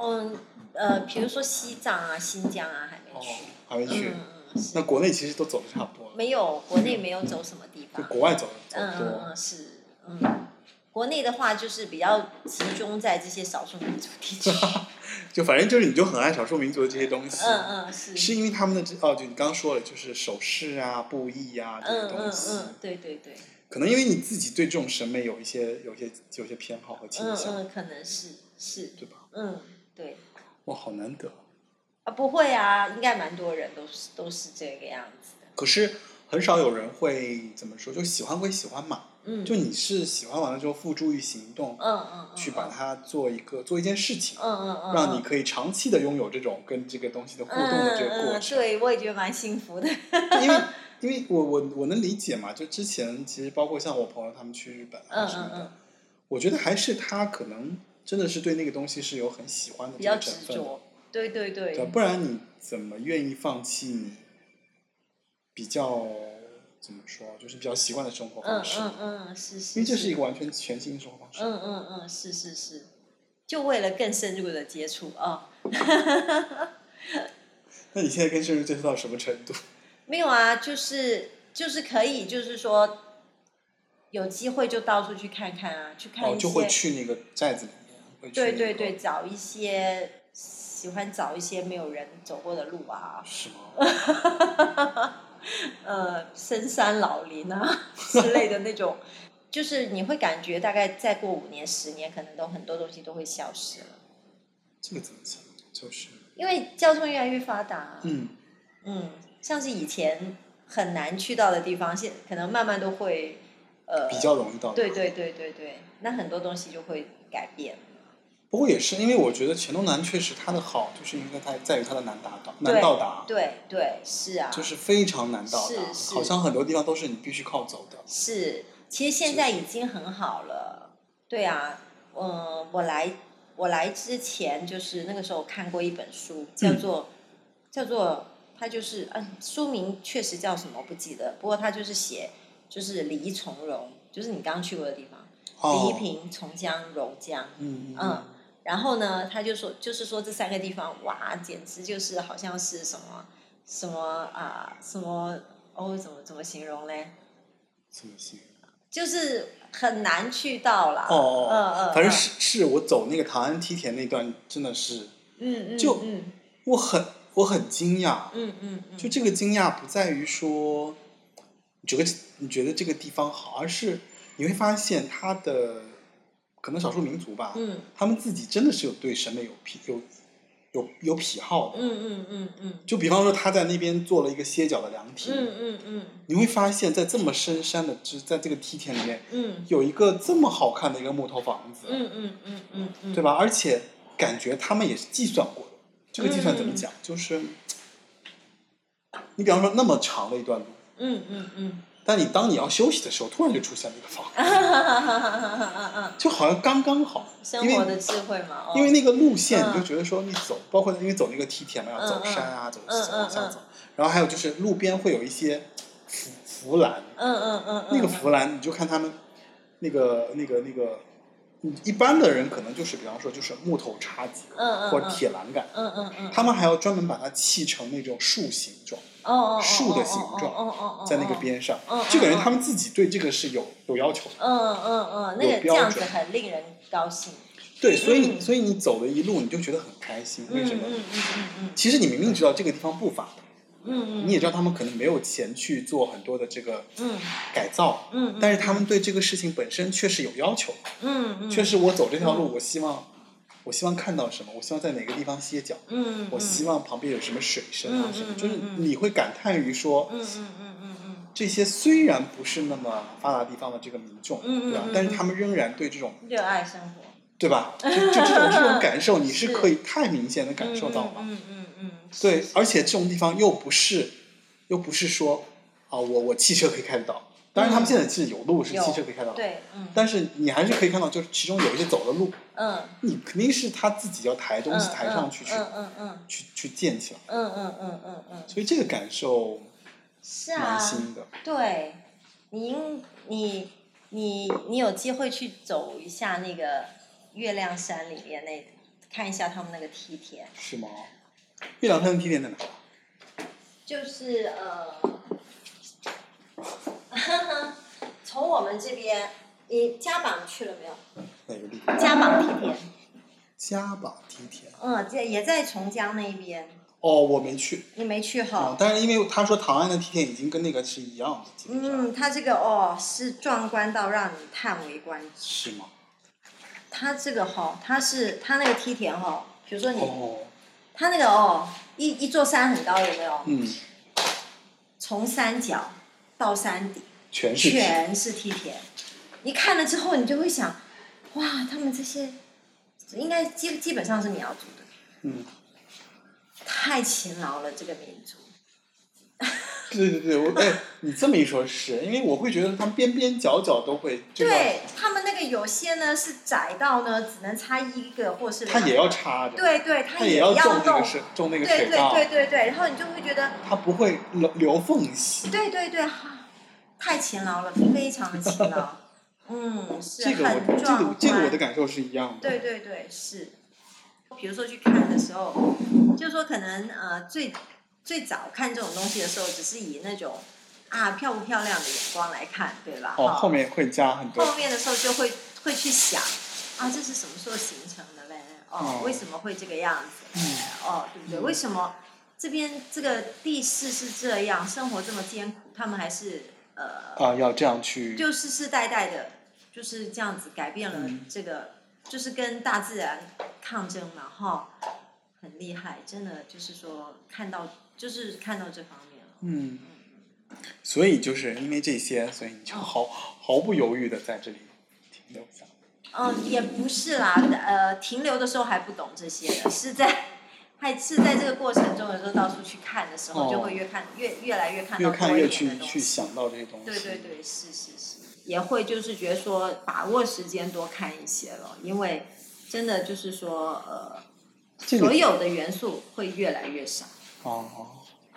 Speaker 3: 嗯呃，比如说西藏啊、新疆啊，还没
Speaker 2: 哦
Speaker 3: 去。，
Speaker 2: 还没去。
Speaker 3: 嗯嗯，是
Speaker 2: 那国内其实都走的差不多了，
Speaker 3: 没有国内没有走什么地
Speaker 2: 就
Speaker 3: 方。
Speaker 2: 国外走的走
Speaker 3: 嗯
Speaker 2: 得
Speaker 3: 嗯
Speaker 2: 多。
Speaker 3: 嗯，是嗯。国内的话就是比较集中在这些少数民族 地区。
Speaker 2: 就反正就是你就很爱少数民族的这些东西。
Speaker 3: 嗯嗯，是。
Speaker 2: 是因为他们的这哦，就你刚刚说了，就是首饰啊、布艺啊这
Speaker 3: 嗯
Speaker 2: 些
Speaker 3: 嗯
Speaker 2: 东西，
Speaker 3: 嗯，对对对。
Speaker 2: 可能因为你自己对这种审美有一些、有一些、有一些偏好和倾
Speaker 3: 嗯
Speaker 2: 向，
Speaker 3: 嗯，可能是是，
Speaker 2: 对吧？
Speaker 3: 嗯，对
Speaker 2: 哇，好难得。
Speaker 3: 啊，不会啊，应该蛮多人都是都是这个样子的。
Speaker 2: 可是很少有人会怎么说，就喜欢归喜欢嘛，
Speaker 3: 嗯，
Speaker 2: 就你是喜欢完了之后付诸于行动，
Speaker 3: 嗯嗯嗯，
Speaker 2: 去把它做一个做一件事情，
Speaker 3: 嗯嗯嗯，
Speaker 2: 让你
Speaker 3: 嗯
Speaker 2: 可以长期的拥有这种跟这个东西的互动的这个
Speaker 3: 嗯嗯
Speaker 2: 过
Speaker 3: 嗯
Speaker 2: 程。
Speaker 3: 对我也觉得蛮幸福的。
Speaker 2: 因为因为我我我能理解嘛，就之前其实包括像我朋友他们去日本啊
Speaker 3: 嗯
Speaker 2: 什么
Speaker 3: 嗯
Speaker 2: 的，
Speaker 3: 嗯，
Speaker 2: 我觉得还是他可能真的是对那个东西是有很喜欢的
Speaker 3: 比
Speaker 2: 这个
Speaker 3: 较
Speaker 2: 成
Speaker 3: 执
Speaker 2: 分的，
Speaker 3: 着。对对对，嗯
Speaker 2: 对，不然你怎么愿意放弃你比较怎么说，就是比较习惯的生活
Speaker 3: 嗯
Speaker 2: 方式？
Speaker 3: 嗯嗯，是是，
Speaker 2: 因为这是一个完全全新的生活方式。
Speaker 3: 嗯嗯嗯，是是是，就为了更深入的接触啊、
Speaker 2: 那你现在跟生日接触到什么程度？
Speaker 3: 没有啊，就是就是可以，就是说有机会就到处去看看啊，去看
Speaker 2: 哦，
Speaker 3: 一些，
Speaker 2: 就会去那个寨子里面，会去哦
Speaker 3: 对
Speaker 2: 那
Speaker 3: 对
Speaker 2: 个
Speaker 3: 对，，找一些喜欢找一些没有人走过的路啊，
Speaker 2: 是吗？
Speaker 3: 呃，深山老林啊 之类的那种，就是你会感觉大概再过五年、十年，可能都很多东西都会消失了，
Speaker 2: 这个怎么讲？就是
Speaker 3: 因为交通越来越发达、啊，
Speaker 2: 嗯，
Speaker 3: 嗯，像是以前很难去到的地方，现可能慢慢都会，呃，
Speaker 2: 比较容易到达
Speaker 3: 对对对对对，那很多东西就会改变。
Speaker 2: 不过也是，因为我觉得黔东南确实它的好，就是因为它在于它的难达到，
Speaker 3: 对
Speaker 2: 难到达，
Speaker 3: 对对，是啊，
Speaker 2: 就是非常难到达，
Speaker 3: 是是
Speaker 2: 好像很多地方都是你必须靠走的。
Speaker 3: 是，其实现在已经很好了。对啊，嗯、我来我来之前就是那个时候看过一本书，
Speaker 2: 嗯
Speaker 3: 叫做、叫做它就是嗯、书名确实叫什么我不记得，不过它就是写就是李从容，就是你刚去过的地方，
Speaker 2: 哦
Speaker 3: 黎，平、从江、柔江。
Speaker 2: 嗯
Speaker 3: 嗯，然后呢，他就说，就是说这三个地方，哇，简直就是好像是什么什么啊、什么哦，怎么怎么形容嘞？
Speaker 2: 怎么行？
Speaker 3: 就是很难去到啦。
Speaker 2: 哦哦，
Speaker 3: 嗯嗯，
Speaker 2: 反正是是我走那个长安梯田那段，真的是
Speaker 3: 嗯，嗯嗯，
Speaker 2: 就
Speaker 3: 嗯
Speaker 2: 我很我很惊讶，
Speaker 3: 嗯嗯嗯，
Speaker 2: 就这个惊讶不在于说你觉得你觉得这个地方好，而是你会发现它的可能少数民族吧，
Speaker 3: 嗯
Speaker 2: 他们自己真的是有对审美有癖有有有癖好的。
Speaker 3: 嗯嗯嗯嗯
Speaker 2: 就比方说他在那边做了一个歇脚的凉亭，
Speaker 3: 嗯嗯嗯
Speaker 2: 你会发现在这么深山的，就是在这个梯田里面
Speaker 3: 嗯
Speaker 2: 有一个这么好看的一个木头房子，
Speaker 3: 嗯嗯嗯嗯嗯，
Speaker 2: 对？吧？而且感觉他们也是计算过的。这个计算怎么
Speaker 3: 嗯
Speaker 2: 讲？就是你比方说那么长的一段路，
Speaker 3: 嗯嗯嗯，
Speaker 2: 但你当你要休息的时候，突然就出现了一个房子，
Speaker 3: 哈哈哈哈哈哈哈哈哈！
Speaker 2: 就好像刚刚好，
Speaker 3: 生
Speaker 2: 因为
Speaker 3: 活的智慧嘛，哦
Speaker 2: 因为那个路线，
Speaker 3: 嗯
Speaker 2: 你就觉得说你走，包括因为走那个梯田嘛，要
Speaker 3: 嗯
Speaker 2: 走
Speaker 3: 嗯
Speaker 2: 山啊，走
Speaker 3: 嗯
Speaker 2: 走往下
Speaker 3: 嗯
Speaker 2: 走，然后还有就是路边会有一些扶扶栏，
Speaker 3: 嗯嗯嗯嗯，
Speaker 2: 那个扶栏你就看他们那个那个那个，嗯一般的人可能就是比方说就是木头插几个
Speaker 3: 嗯嗯
Speaker 2: 或者
Speaker 3: 嗯
Speaker 2: 铁栏杆，
Speaker 3: 嗯嗯嗯，
Speaker 2: 他们还要专门把它砌成那种树形状，
Speaker 3: 哦哦
Speaker 2: 树的形状
Speaker 3: 状
Speaker 2: 在那个，边上
Speaker 3: 嗯嗯，
Speaker 2: 就感觉
Speaker 3: 嗯
Speaker 2: 他们自己对这个是有有要求的。
Speaker 3: 嗯嗯嗯，那
Speaker 2: 有
Speaker 3: 个这
Speaker 2: 标
Speaker 3: 样子
Speaker 2: 准
Speaker 3: 很令人高兴。
Speaker 2: 对，所以你
Speaker 3: 嗯
Speaker 2: 所以你走的一路你就觉得很开心，为什么？
Speaker 3: 嗯嗯嗯嗯
Speaker 2: 其实你明明知道这个地方不发达，
Speaker 3: 嗯嗯嗯，
Speaker 2: 你也知道他们可能没有钱去做很多的这个
Speaker 3: 嗯
Speaker 2: 改造，
Speaker 3: 嗯，
Speaker 2: 但是他们对这个事情本身确实有要求，
Speaker 3: 嗯嗯
Speaker 2: 确实我走这条路，我希望我希望看到什么，我希望在哪个地方歇脚，
Speaker 3: 嗯，
Speaker 2: 我希望旁边有什么水声啊
Speaker 3: 嗯
Speaker 2: 什么，
Speaker 3: 嗯
Speaker 2: 就是
Speaker 3: 嗯嗯
Speaker 2: 你会感叹于说
Speaker 3: 嗯嗯嗯嗯嗯
Speaker 2: 这些虽然不是那么发达地方的这个民众，
Speaker 3: 嗯嗯
Speaker 2: 对吧
Speaker 3: 嗯？
Speaker 2: 但是
Speaker 3: 嗯
Speaker 2: 他们仍然对这种
Speaker 3: 嗯，热爱生活，
Speaker 2: 对吧？就就这种这种感受，你是可以太明显的感受到嘛？
Speaker 3: 嗯嗯嗯，
Speaker 2: 对，而且这种地方又不是，又不是说啊，我我汽车可以开得到。当然，他们现在其实有路是
Speaker 3: 嗯有
Speaker 2: 汽车可以开到的，
Speaker 3: 对，嗯
Speaker 2: 但是你还是可以看到，就是其中有一些走的路，
Speaker 3: 嗯，
Speaker 2: 你肯定是他自己要抬东西抬上去去
Speaker 3: 嗯嗯嗯
Speaker 2: 去去建起来，
Speaker 3: 嗯嗯嗯嗯嗯，
Speaker 2: 所以这个感受
Speaker 3: 是啊
Speaker 2: 蛮，新的。
Speaker 3: 对，你应你你你有机会去走一下那个月亮山里面那，看一下他们那个梯田，
Speaker 2: 是吗？月亮山的地点在哪？
Speaker 3: 就是呃， 从我们这边，你嘉榜去了没有？
Speaker 2: 哪个地方？
Speaker 3: 嘉榜梯田，
Speaker 2: 嘉宝梯田。
Speaker 3: 嗯，这也在琼江那边，
Speaker 2: 哦，我没去
Speaker 3: 你没去
Speaker 2: 啊
Speaker 3: 哈，？
Speaker 2: 但是因为他说唐安的梯田已经跟那个是一样的，基本上
Speaker 3: 嗯，它这个哦是壮观到让你叹为观止。
Speaker 2: 是吗？
Speaker 3: 它这个哈、它是它那个梯田哈、比如说你、
Speaker 2: 哦，
Speaker 3: 它那个哦，一一座山很高，有没有？
Speaker 2: 嗯，
Speaker 3: 从山脚到山顶
Speaker 2: 全是铁
Speaker 3: 全是梯田，你看了之后，你就会想，哇，他们这些应该基基本上是苗族的，
Speaker 2: 嗯，
Speaker 3: 太勤劳了这个民族。
Speaker 2: 对对对，我哎，你这么一说是，因为我会觉得他们边边角角都会这个，
Speaker 3: 对他们那个有些呢是窄到呢只能插一个或是两
Speaker 2: 他
Speaker 3: 个，
Speaker 2: 也要插着，
Speaker 3: 对对，他
Speaker 2: 他
Speaker 3: 也
Speaker 2: 要
Speaker 3: 弄，
Speaker 2: 种那个水，种那个
Speaker 3: 对
Speaker 2: 水
Speaker 3: 对
Speaker 2: 稻，
Speaker 3: 对对对，然后你就会觉得
Speaker 2: 他不会留留缝隙。
Speaker 3: 对对对，哈太勤劳了，非常的勤劳。嗯，是
Speaker 2: 这个
Speaker 3: 很
Speaker 2: 我这
Speaker 3: 壮
Speaker 2: 个
Speaker 3: 观。
Speaker 2: 这个我的感受是一样的。
Speaker 3: 对对对，是。比如说去看的时候，就说可能呃最最早看这种东西的时候，只是以那种啊漂不漂亮的眼光来看，对吧？
Speaker 2: 哦，
Speaker 3: 哈
Speaker 2: 后面会加很多
Speaker 3: 后。面的时候就会会去想啊，这是什么时候形成的嘞？哦
Speaker 2: 哦，
Speaker 3: 为什么会这个样子？
Speaker 2: 嗯
Speaker 3: 哦，对不对？
Speaker 2: 嗯
Speaker 3: 为什么这边这个地势是这样，生活这么艰苦，他们还是呃，
Speaker 2: 啊，要这样去，
Speaker 3: 就世世代代的，就是这样子改变了
Speaker 2: 嗯
Speaker 3: 这个，就是跟大自然抗争嘛，哈，很厉害，真的就是说看到就是看到这方面了。
Speaker 2: 嗯，所以就是因为这些，所以你就毫毫不犹豫的在这里停留下。
Speaker 3: 嗯，也不是啦，呃，停留的时候还不懂这些的，是在还是在这个过程中，有时候到处去看的时候，
Speaker 2: 哦
Speaker 3: 就会越看越越来越看
Speaker 2: 越
Speaker 3: 到
Speaker 2: 看
Speaker 3: 多
Speaker 2: 越
Speaker 3: 一点
Speaker 2: 去
Speaker 3: 的东
Speaker 2: 去
Speaker 3: 西。
Speaker 2: 想到这些东西。
Speaker 3: 对对对，是是是，也会就是觉得说把握时间多看一些了，因为真的就是说呃，
Speaker 2: 这个
Speaker 3: 所有的元素会越来越少。
Speaker 2: 哦，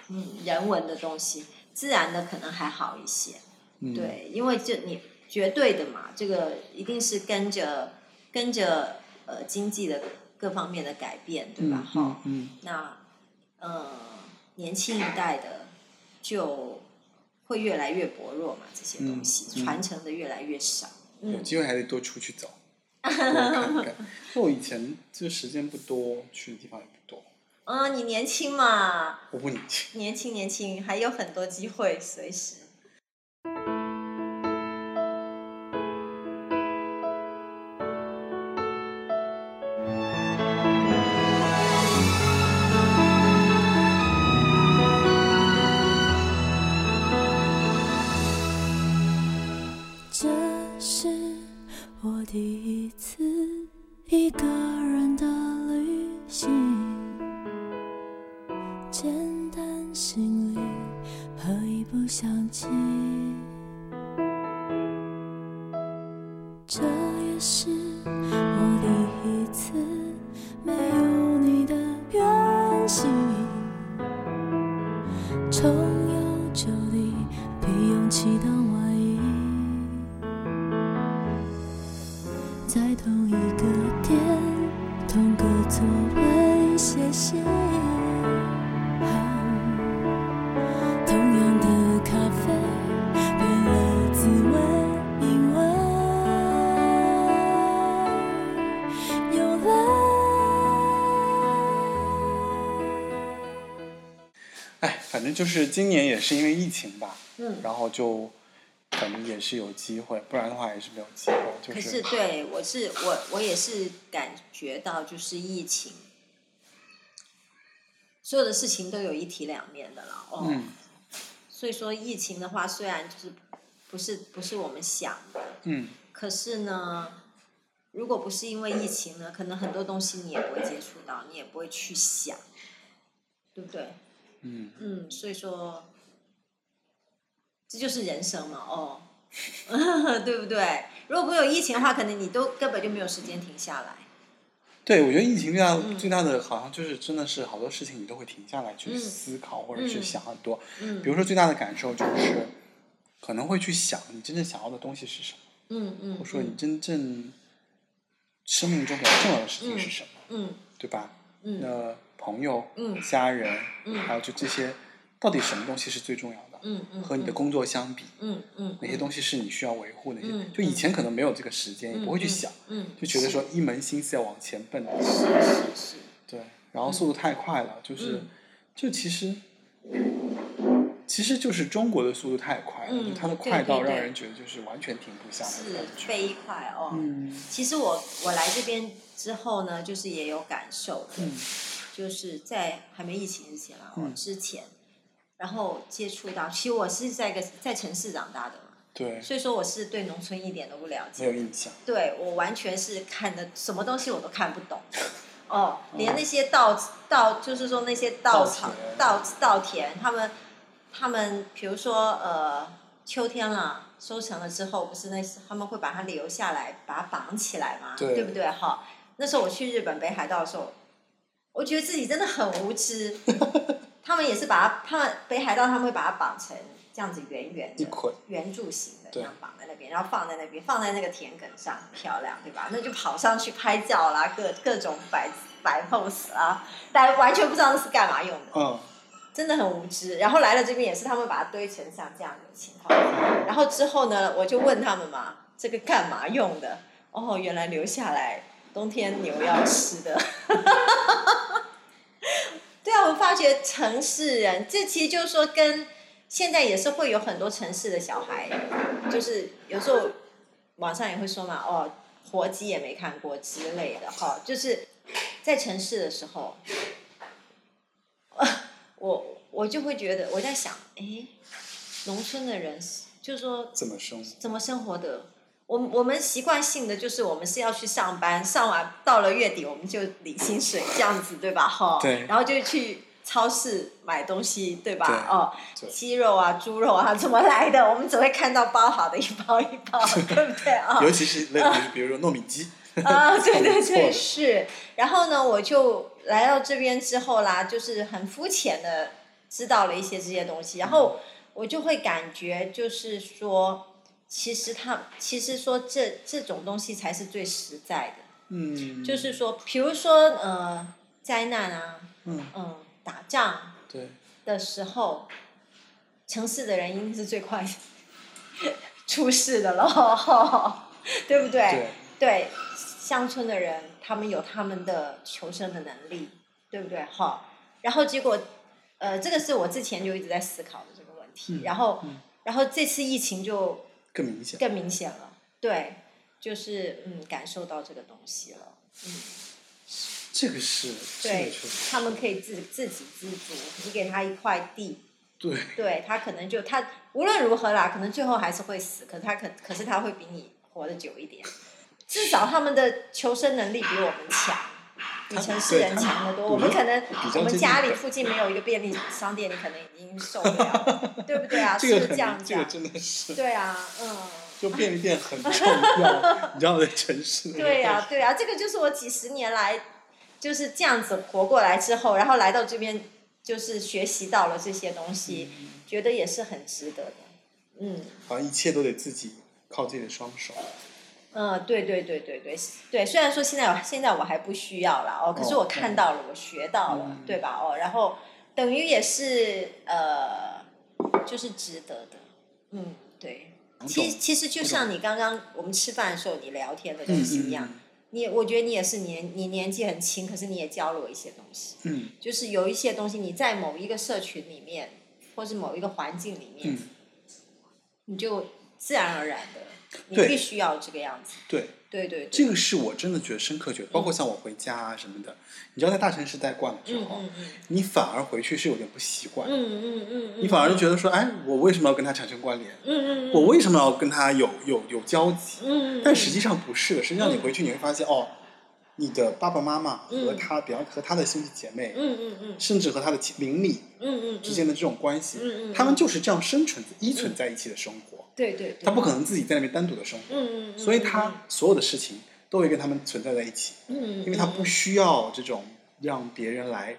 Speaker 3: 嗯，人文的东西，自然的可能还好一些。
Speaker 2: 嗯，
Speaker 3: 对，因为这你绝对的嘛，这个一定是跟着跟着呃经济的各方面的改变，对
Speaker 2: 嗯
Speaker 3: 吧？哈、
Speaker 2: 嗯嗯，
Speaker 3: 那呃年轻一代的就会越来越薄弱嘛，这些东西、
Speaker 2: 嗯嗯
Speaker 3: 传承的越来越少。
Speaker 2: 有
Speaker 3: 嗯
Speaker 2: 机会还得多出去 走，多看看。因为我以前就时间不多，去的地方也不多。
Speaker 3: 嗯、你年轻嘛，
Speaker 2: 我不年轻，
Speaker 3: 年轻年轻，还有很多机会，随时。
Speaker 4: 这是我第一次一个人的旅行，简单行李和一部相机。这也是我第一次没有你的远行，重游旧地，比勇气更晚意。在同一个店、同个座位写信，同样的咖啡，变了滋味，因为有了。
Speaker 2: 哎，反正就是今年也是因为疫情吧，
Speaker 3: 嗯，
Speaker 2: 然后就反正也是有机会，不然的话也是没有机会。就
Speaker 3: 可是对我是我我也是感觉到就是疫情，所有的事情都有一体两面的了哦。
Speaker 2: 嗯
Speaker 3: 所以说疫情的话，虽然就是不是不是我们想的，
Speaker 2: 嗯，
Speaker 3: 可是呢，如果不是因为疫情呢，可能很多东西你也不会接触到，你也不会去想，对不对？
Speaker 2: 嗯，
Speaker 3: 嗯，所以说，这就是人生嘛，哦， 对不对？如果不有疫情的话，可能你都根本就没有时间停下来。
Speaker 2: 对，我觉得疫情最大、
Speaker 3: 嗯
Speaker 2: 最大的好像就是真的是好多事情你都会停下来去
Speaker 3: 嗯
Speaker 2: 思考或者去
Speaker 3: 嗯
Speaker 2: 想很多。
Speaker 3: 嗯
Speaker 2: 比如说最大的感受就是，可能会去想你真正想要的东西是什么，
Speaker 3: 嗯嗯，
Speaker 2: 或者说你
Speaker 3: 嗯
Speaker 2: 真正生命中比较重要的事情是什么，
Speaker 3: 嗯
Speaker 2: 对吧？
Speaker 3: 嗯
Speaker 2: 那朋友、
Speaker 3: 嗯
Speaker 2: 家人，
Speaker 3: 嗯
Speaker 2: 还有就这些，到底什么东西是最重要的？
Speaker 3: 嗯嗯，
Speaker 2: 和你的工作相比，
Speaker 3: 嗯嗯
Speaker 2: 哪些东西是你需要维护？哪些、
Speaker 3: 嗯
Speaker 2: 就以前可能没有这个时间，也不会去想，，
Speaker 3: 嗯，嗯
Speaker 2: 就觉得说一门心思要往前奔。
Speaker 3: 是是是，
Speaker 2: 对，然后速度太快了，就是
Speaker 3: 嗯，
Speaker 2: 就其实，其实就是中国的速度太快了，
Speaker 3: 嗯
Speaker 2: 就它的快到
Speaker 3: 对对对
Speaker 2: 让人觉得就是完全停不下来的
Speaker 3: 是
Speaker 2: 感觉。
Speaker 3: 飞快哦。
Speaker 2: 嗯
Speaker 3: 其实我我来这边之后呢，就是也有感受的，
Speaker 2: 嗯
Speaker 3: 就是在还没疫情之前啊，我
Speaker 2: 嗯
Speaker 3: 之前，然后接触到，其实我是在一个在城市长大的嘛，
Speaker 2: 对，
Speaker 3: 所以说我是对农村一点都不了
Speaker 2: 没有
Speaker 3: 解，
Speaker 2: 印象。
Speaker 3: 对我完全是看的什么东西我都看不 懂，哦，连那些稻稻就是说那些稻草稻稻田，他们他们比如说呃秋天了收成了之后，不是那他们会把它留下来，把它绑起来嘛，
Speaker 2: 对
Speaker 3: 不对哈？那时候我去日本北海道的时候，我觉得自己真的很无 知，他们也是把它，他们北海道他们会把它绑成这样子圆圆的
Speaker 2: 一捆
Speaker 3: 圆柱形的这
Speaker 2: 对
Speaker 3: 样绑在那边，然后放在那边，放在那个田埂上，很漂亮，对吧？那就跑上去拍照啦，各各种摆摆 pose 啊，但完全不知道那是干嘛用的，
Speaker 2: 嗯，
Speaker 3: 真的很无知。然后来了这边也是，他们把它堆成像这样的情况。然后之后呢，我就问他们嘛，这个干嘛用的？哦，原来留下来冬天牛要吃的。 对啊，我发觉城市人，这其实就是说跟现在也是会有很多城市的小孩，就是有时候网上也会说嘛，哦，活鸡也没看过之类的哈、就是在城市的时候， 我我就会觉得我在想，诶，农村的人是就是说
Speaker 2: 怎么生活？
Speaker 3: 怎么生活的？我我们习惯性的就是我们是要去上班，上完到了月底我们就领薪水这样子，对吧？哈、
Speaker 2: 对
Speaker 3: 然后就去超市买东西，对吧？
Speaker 2: 对
Speaker 3: 哦，
Speaker 2: 对
Speaker 3: 鸡肉啊、猪肉啊怎么来的？我们只会看到包好的一包一 包，对不对啊？
Speaker 2: 尤其是类似于比如说糯米鸡，
Speaker 3: 啊，对对
Speaker 2: 错了
Speaker 3: 对，是。然后呢，我就来到这边之后啦，就是很肤浅的知道了一些这些东西，然
Speaker 2: 嗯
Speaker 3: 后我就会感觉就是说，其实他其实说这这种东西才是最实在的，
Speaker 2: 嗯，
Speaker 3: 就是说，比如说呃灾难啊，
Speaker 2: 嗯，
Speaker 3: 嗯、打仗
Speaker 2: 对，
Speaker 3: 的时候，城市的人一定是最快 出事的喽， 对不
Speaker 2: 对，
Speaker 3: 对，乡村的人他们有他们的求生的能力，对不对？哈，然后结果，呃，这个是我之前就一直在思考的这个问题，
Speaker 2: 嗯
Speaker 3: 然后，
Speaker 2: 嗯
Speaker 3: 然后这次疫情就
Speaker 2: 更明显。
Speaker 3: 更明显了，对，就是嗯，感受到这个东西了，嗯，
Speaker 2: 这个是，这个
Speaker 3: 对
Speaker 2: 确实，
Speaker 3: 他们可以自自给自足，你给他一块地，
Speaker 2: 对，
Speaker 3: 对他可能就他无论如何啦，可能最后还是会死，可他可可是他会比你活得久一点，至少他们的求生能力比我们强，比
Speaker 2: 他
Speaker 3: 城市
Speaker 2: 对
Speaker 3: 人
Speaker 2: 他
Speaker 3: 强得多。
Speaker 2: 比
Speaker 3: 我们
Speaker 2: 较
Speaker 3: 可能
Speaker 2: 比较
Speaker 3: 我们
Speaker 2: 接近
Speaker 3: 家里
Speaker 2: 本
Speaker 3: 附近没有一个便利商店，你可能已经受不 了了，对不对啊？
Speaker 2: 这
Speaker 3: 是
Speaker 2: 个
Speaker 3: 不是
Speaker 2: 很
Speaker 3: 这样
Speaker 2: 明，这个
Speaker 3: 子
Speaker 2: 真
Speaker 3: 啊？
Speaker 2: 的 是，
Speaker 3: 对啊，嗯。
Speaker 2: 就便利店很重要，你知道，在城市的人
Speaker 3: 对呀、对呀、啊这个就是我几十年来就是这样子活过来之后，然后来到这边，就是学习到了这些东西，
Speaker 2: 嗯
Speaker 3: 觉得也是很值得的。嗯
Speaker 2: 好像一切都得自己靠自己的双手。
Speaker 3: 嗯，对对对对对对，虽然说现在我现在我还不需要了哦，可是
Speaker 2: 哦
Speaker 3: 我看到了，我学到了，
Speaker 2: 嗯
Speaker 3: 对吧？哦，然后等于也是呃，就是值得的。嗯，对。
Speaker 2: 懂
Speaker 3: 其实其实就
Speaker 2: 我懂
Speaker 3: 像你刚刚我们吃饭的时候你聊天的
Speaker 2: 嗯
Speaker 3: 东西一样，
Speaker 2: 嗯
Speaker 3: 你我觉得你也是年你年纪很轻，可是你也教了我一些东西，
Speaker 2: 嗯
Speaker 3: 就是有一些东西你在某一个社群里面，或是某一个环境里面，
Speaker 2: 嗯，
Speaker 3: 你就自然而然的，你
Speaker 2: 对
Speaker 3: 必须要这个样子。
Speaker 2: 对，
Speaker 3: 对对对，
Speaker 2: 这个是我真的觉得深刻觉得，包括像我回家啊什么的，你知道在大城市待惯了之
Speaker 3: 嗯
Speaker 2: 后，
Speaker 3: 嗯嗯
Speaker 2: 你反而回去是有点不习惯，
Speaker 3: 嗯嗯嗯嗯，
Speaker 2: 你反而就觉得说，哎，我为什么要跟他产生关联？
Speaker 3: 嗯嗯嗯，
Speaker 2: 我为什么要跟他有有有交集？
Speaker 3: 嗯嗯，
Speaker 2: 但实际上不是的，实际上你
Speaker 3: 嗯
Speaker 2: 回去你会发现，哦，你的爸爸妈妈和
Speaker 3: 嗯
Speaker 2: 他，比方和他的兄弟姐妹，
Speaker 3: 嗯嗯嗯
Speaker 2: 甚至和他的亲邻里
Speaker 3: 嗯嗯
Speaker 2: 之间的这种关系，
Speaker 3: 嗯嗯，
Speaker 2: 他们就是这样生存依存在一起的生活，
Speaker 3: 对对，
Speaker 2: 他不可能自己在那边单独的生活，
Speaker 3: 嗯嗯，
Speaker 2: 所以他所有的事情都会跟他们存在在一起，
Speaker 3: 嗯，
Speaker 2: 因为他不需要这种让别人来，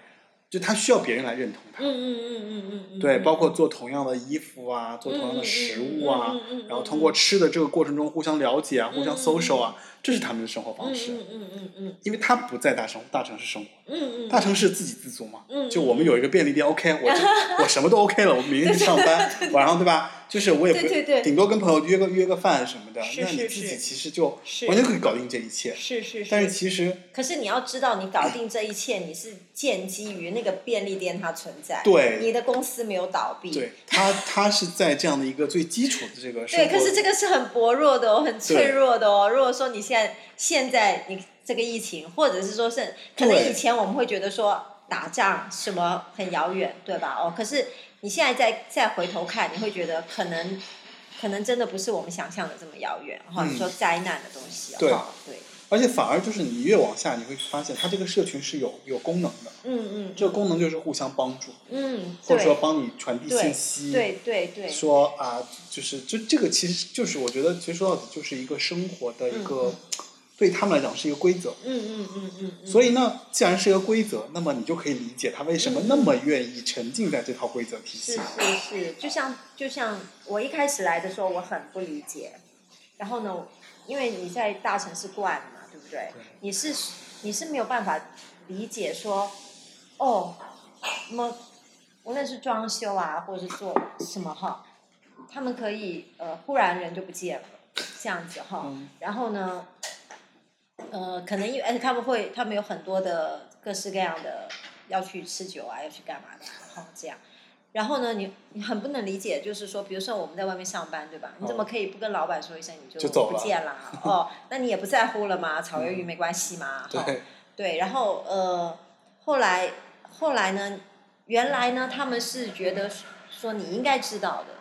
Speaker 2: 就他需要别人来认同
Speaker 3: 嗯
Speaker 2: 他。
Speaker 3: 嗯嗯嗯嗯，
Speaker 2: 对，包括做同样的衣服啊，做同样的食物
Speaker 3: 嗯
Speaker 2: 啊，然后通过吃的这个过程中互相了解啊，互相
Speaker 3: 嗯嗯
Speaker 2: social 啊，这是他们的生活方式。
Speaker 3: 嗯嗯嗯嗯
Speaker 2: 因为他不在大城大城市生活，
Speaker 3: 嗯嗯，
Speaker 2: 大城市自给自足嘛
Speaker 3: 嗯，嗯
Speaker 2: 就我们有一个便利店，OK，我 就我什么都 OK 了，我明天去上班，晚上对吧？就是我也不
Speaker 3: 对对对
Speaker 2: 顶多跟朋友约个约个饭什么的，
Speaker 3: 是
Speaker 2: 那你
Speaker 3: 是
Speaker 2: 自
Speaker 3: 是
Speaker 2: 己其实就
Speaker 3: 是
Speaker 2: 完全可以搞定这一切。
Speaker 3: 是是是，
Speaker 2: 但是其实
Speaker 3: 可是你要知道，你搞定这一切，你是建基于那个便利店它存在，
Speaker 2: 对
Speaker 3: 你的公司没有倒闭，
Speaker 2: 对他他是在这样的一个最基础的这个生
Speaker 3: 对，
Speaker 2: 活，
Speaker 3: 可是这个是很薄弱的哦，很脆弱的哦。如果说你现在现在你这个疫情，或者是说是可能
Speaker 2: 对
Speaker 3: 以前我们会觉得说打仗什么很遥远，对吧？哦，可是你现在再再回头看，你会觉得可能可能真的不是我们想象的这么遥远哈、
Speaker 2: 嗯
Speaker 3: 你说灾难的东西、哦，
Speaker 2: 对
Speaker 3: 哈对，
Speaker 2: 而且反而就是你越往下，你会发现它这个社群是有有功能的，
Speaker 3: 嗯
Speaker 2: 这个功能就是互相帮助，
Speaker 3: 嗯嗯，
Speaker 2: 或者说
Speaker 3: 对
Speaker 2: 帮你传递信息，
Speaker 3: 对对对，
Speaker 2: 说啊，就是这这个其实就是我觉得，其实说到底就是一个生活的一
Speaker 3: 嗯
Speaker 2: 个，对他们来讲是一个规则。
Speaker 3: 嗯嗯嗯嗯嗯，嗯
Speaker 2: 所以呢，既然是一个规则，那么你就可以理解他为什么那么愿意沉浸在这套规则体
Speaker 3: 是
Speaker 2: 系。
Speaker 3: 是是，就像就像我一开始来的时候，我很不理解。然后呢，因为你在大城市惯了嘛，对不对？
Speaker 2: 对
Speaker 3: 你是你是没有办法理解说，哦，那么无论是装修啊，或者是做什么哈，他们可以呃忽然人就不见了，这样子哈。
Speaker 2: 嗯
Speaker 3: 然后呢，呃，可能因为而且他们会，他们有很多的各式各样的要去吃酒啊，要去干嘛的啊，然后这样。然后呢，你你很不能理解，就是说，比如说我们在外面上班，对吧？你怎么可以不跟老板说一声你就
Speaker 2: 哦就走
Speaker 3: 不
Speaker 2: 了 嗯
Speaker 3: 见了啊？哦，那你也不在乎了嘛？炒鱿鱼没关系嘛？哈
Speaker 2: 对，
Speaker 3: 对，然后呃，后来后来呢，原来呢，他们是觉得说你应该知道的，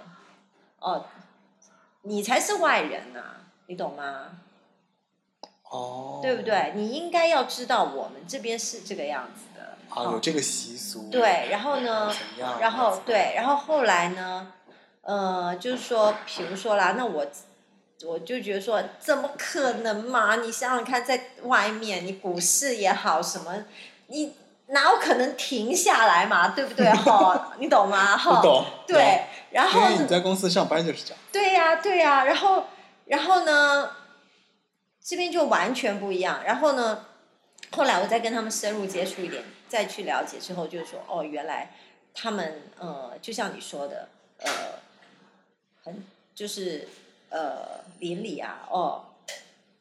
Speaker 3: 哦、你才是外人呐、你懂吗？
Speaker 2: 哦，
Speaker 3: 对不？对？你应该要知道我们这边是这个样子的。
Speaker 2: 啊，
Speaker 3: 哦
Speaker 2: 有这个习俗。
Speaker 3: 对，然后呢？
Speaker 2: 怎样？
Speaker 3: 然后对，，然后后来呢，呃，就是说，比如说啦，那我我就觉得说，怎么可能嘛？你想想看，在外面，你股市也好，什么，你哪有可能停下来嘛？对不 对？哈，你懂吗？哈，
Speaker 2: 不。懂。
Speaker 3: 对，然
Speaker 2: 懂，
Speaker 3: 后嗯
Speaker 2: 因为你在公司上班就是这样。
Speaker 3: 对呀、对呀、然后然后呢，这边就完全不一样。然后呢，后来我再跟他们深入接触一点，再去了解之后，就是说，哦，原来他们呃，就像你说的，呃，很就是呃，邻里啊，哦。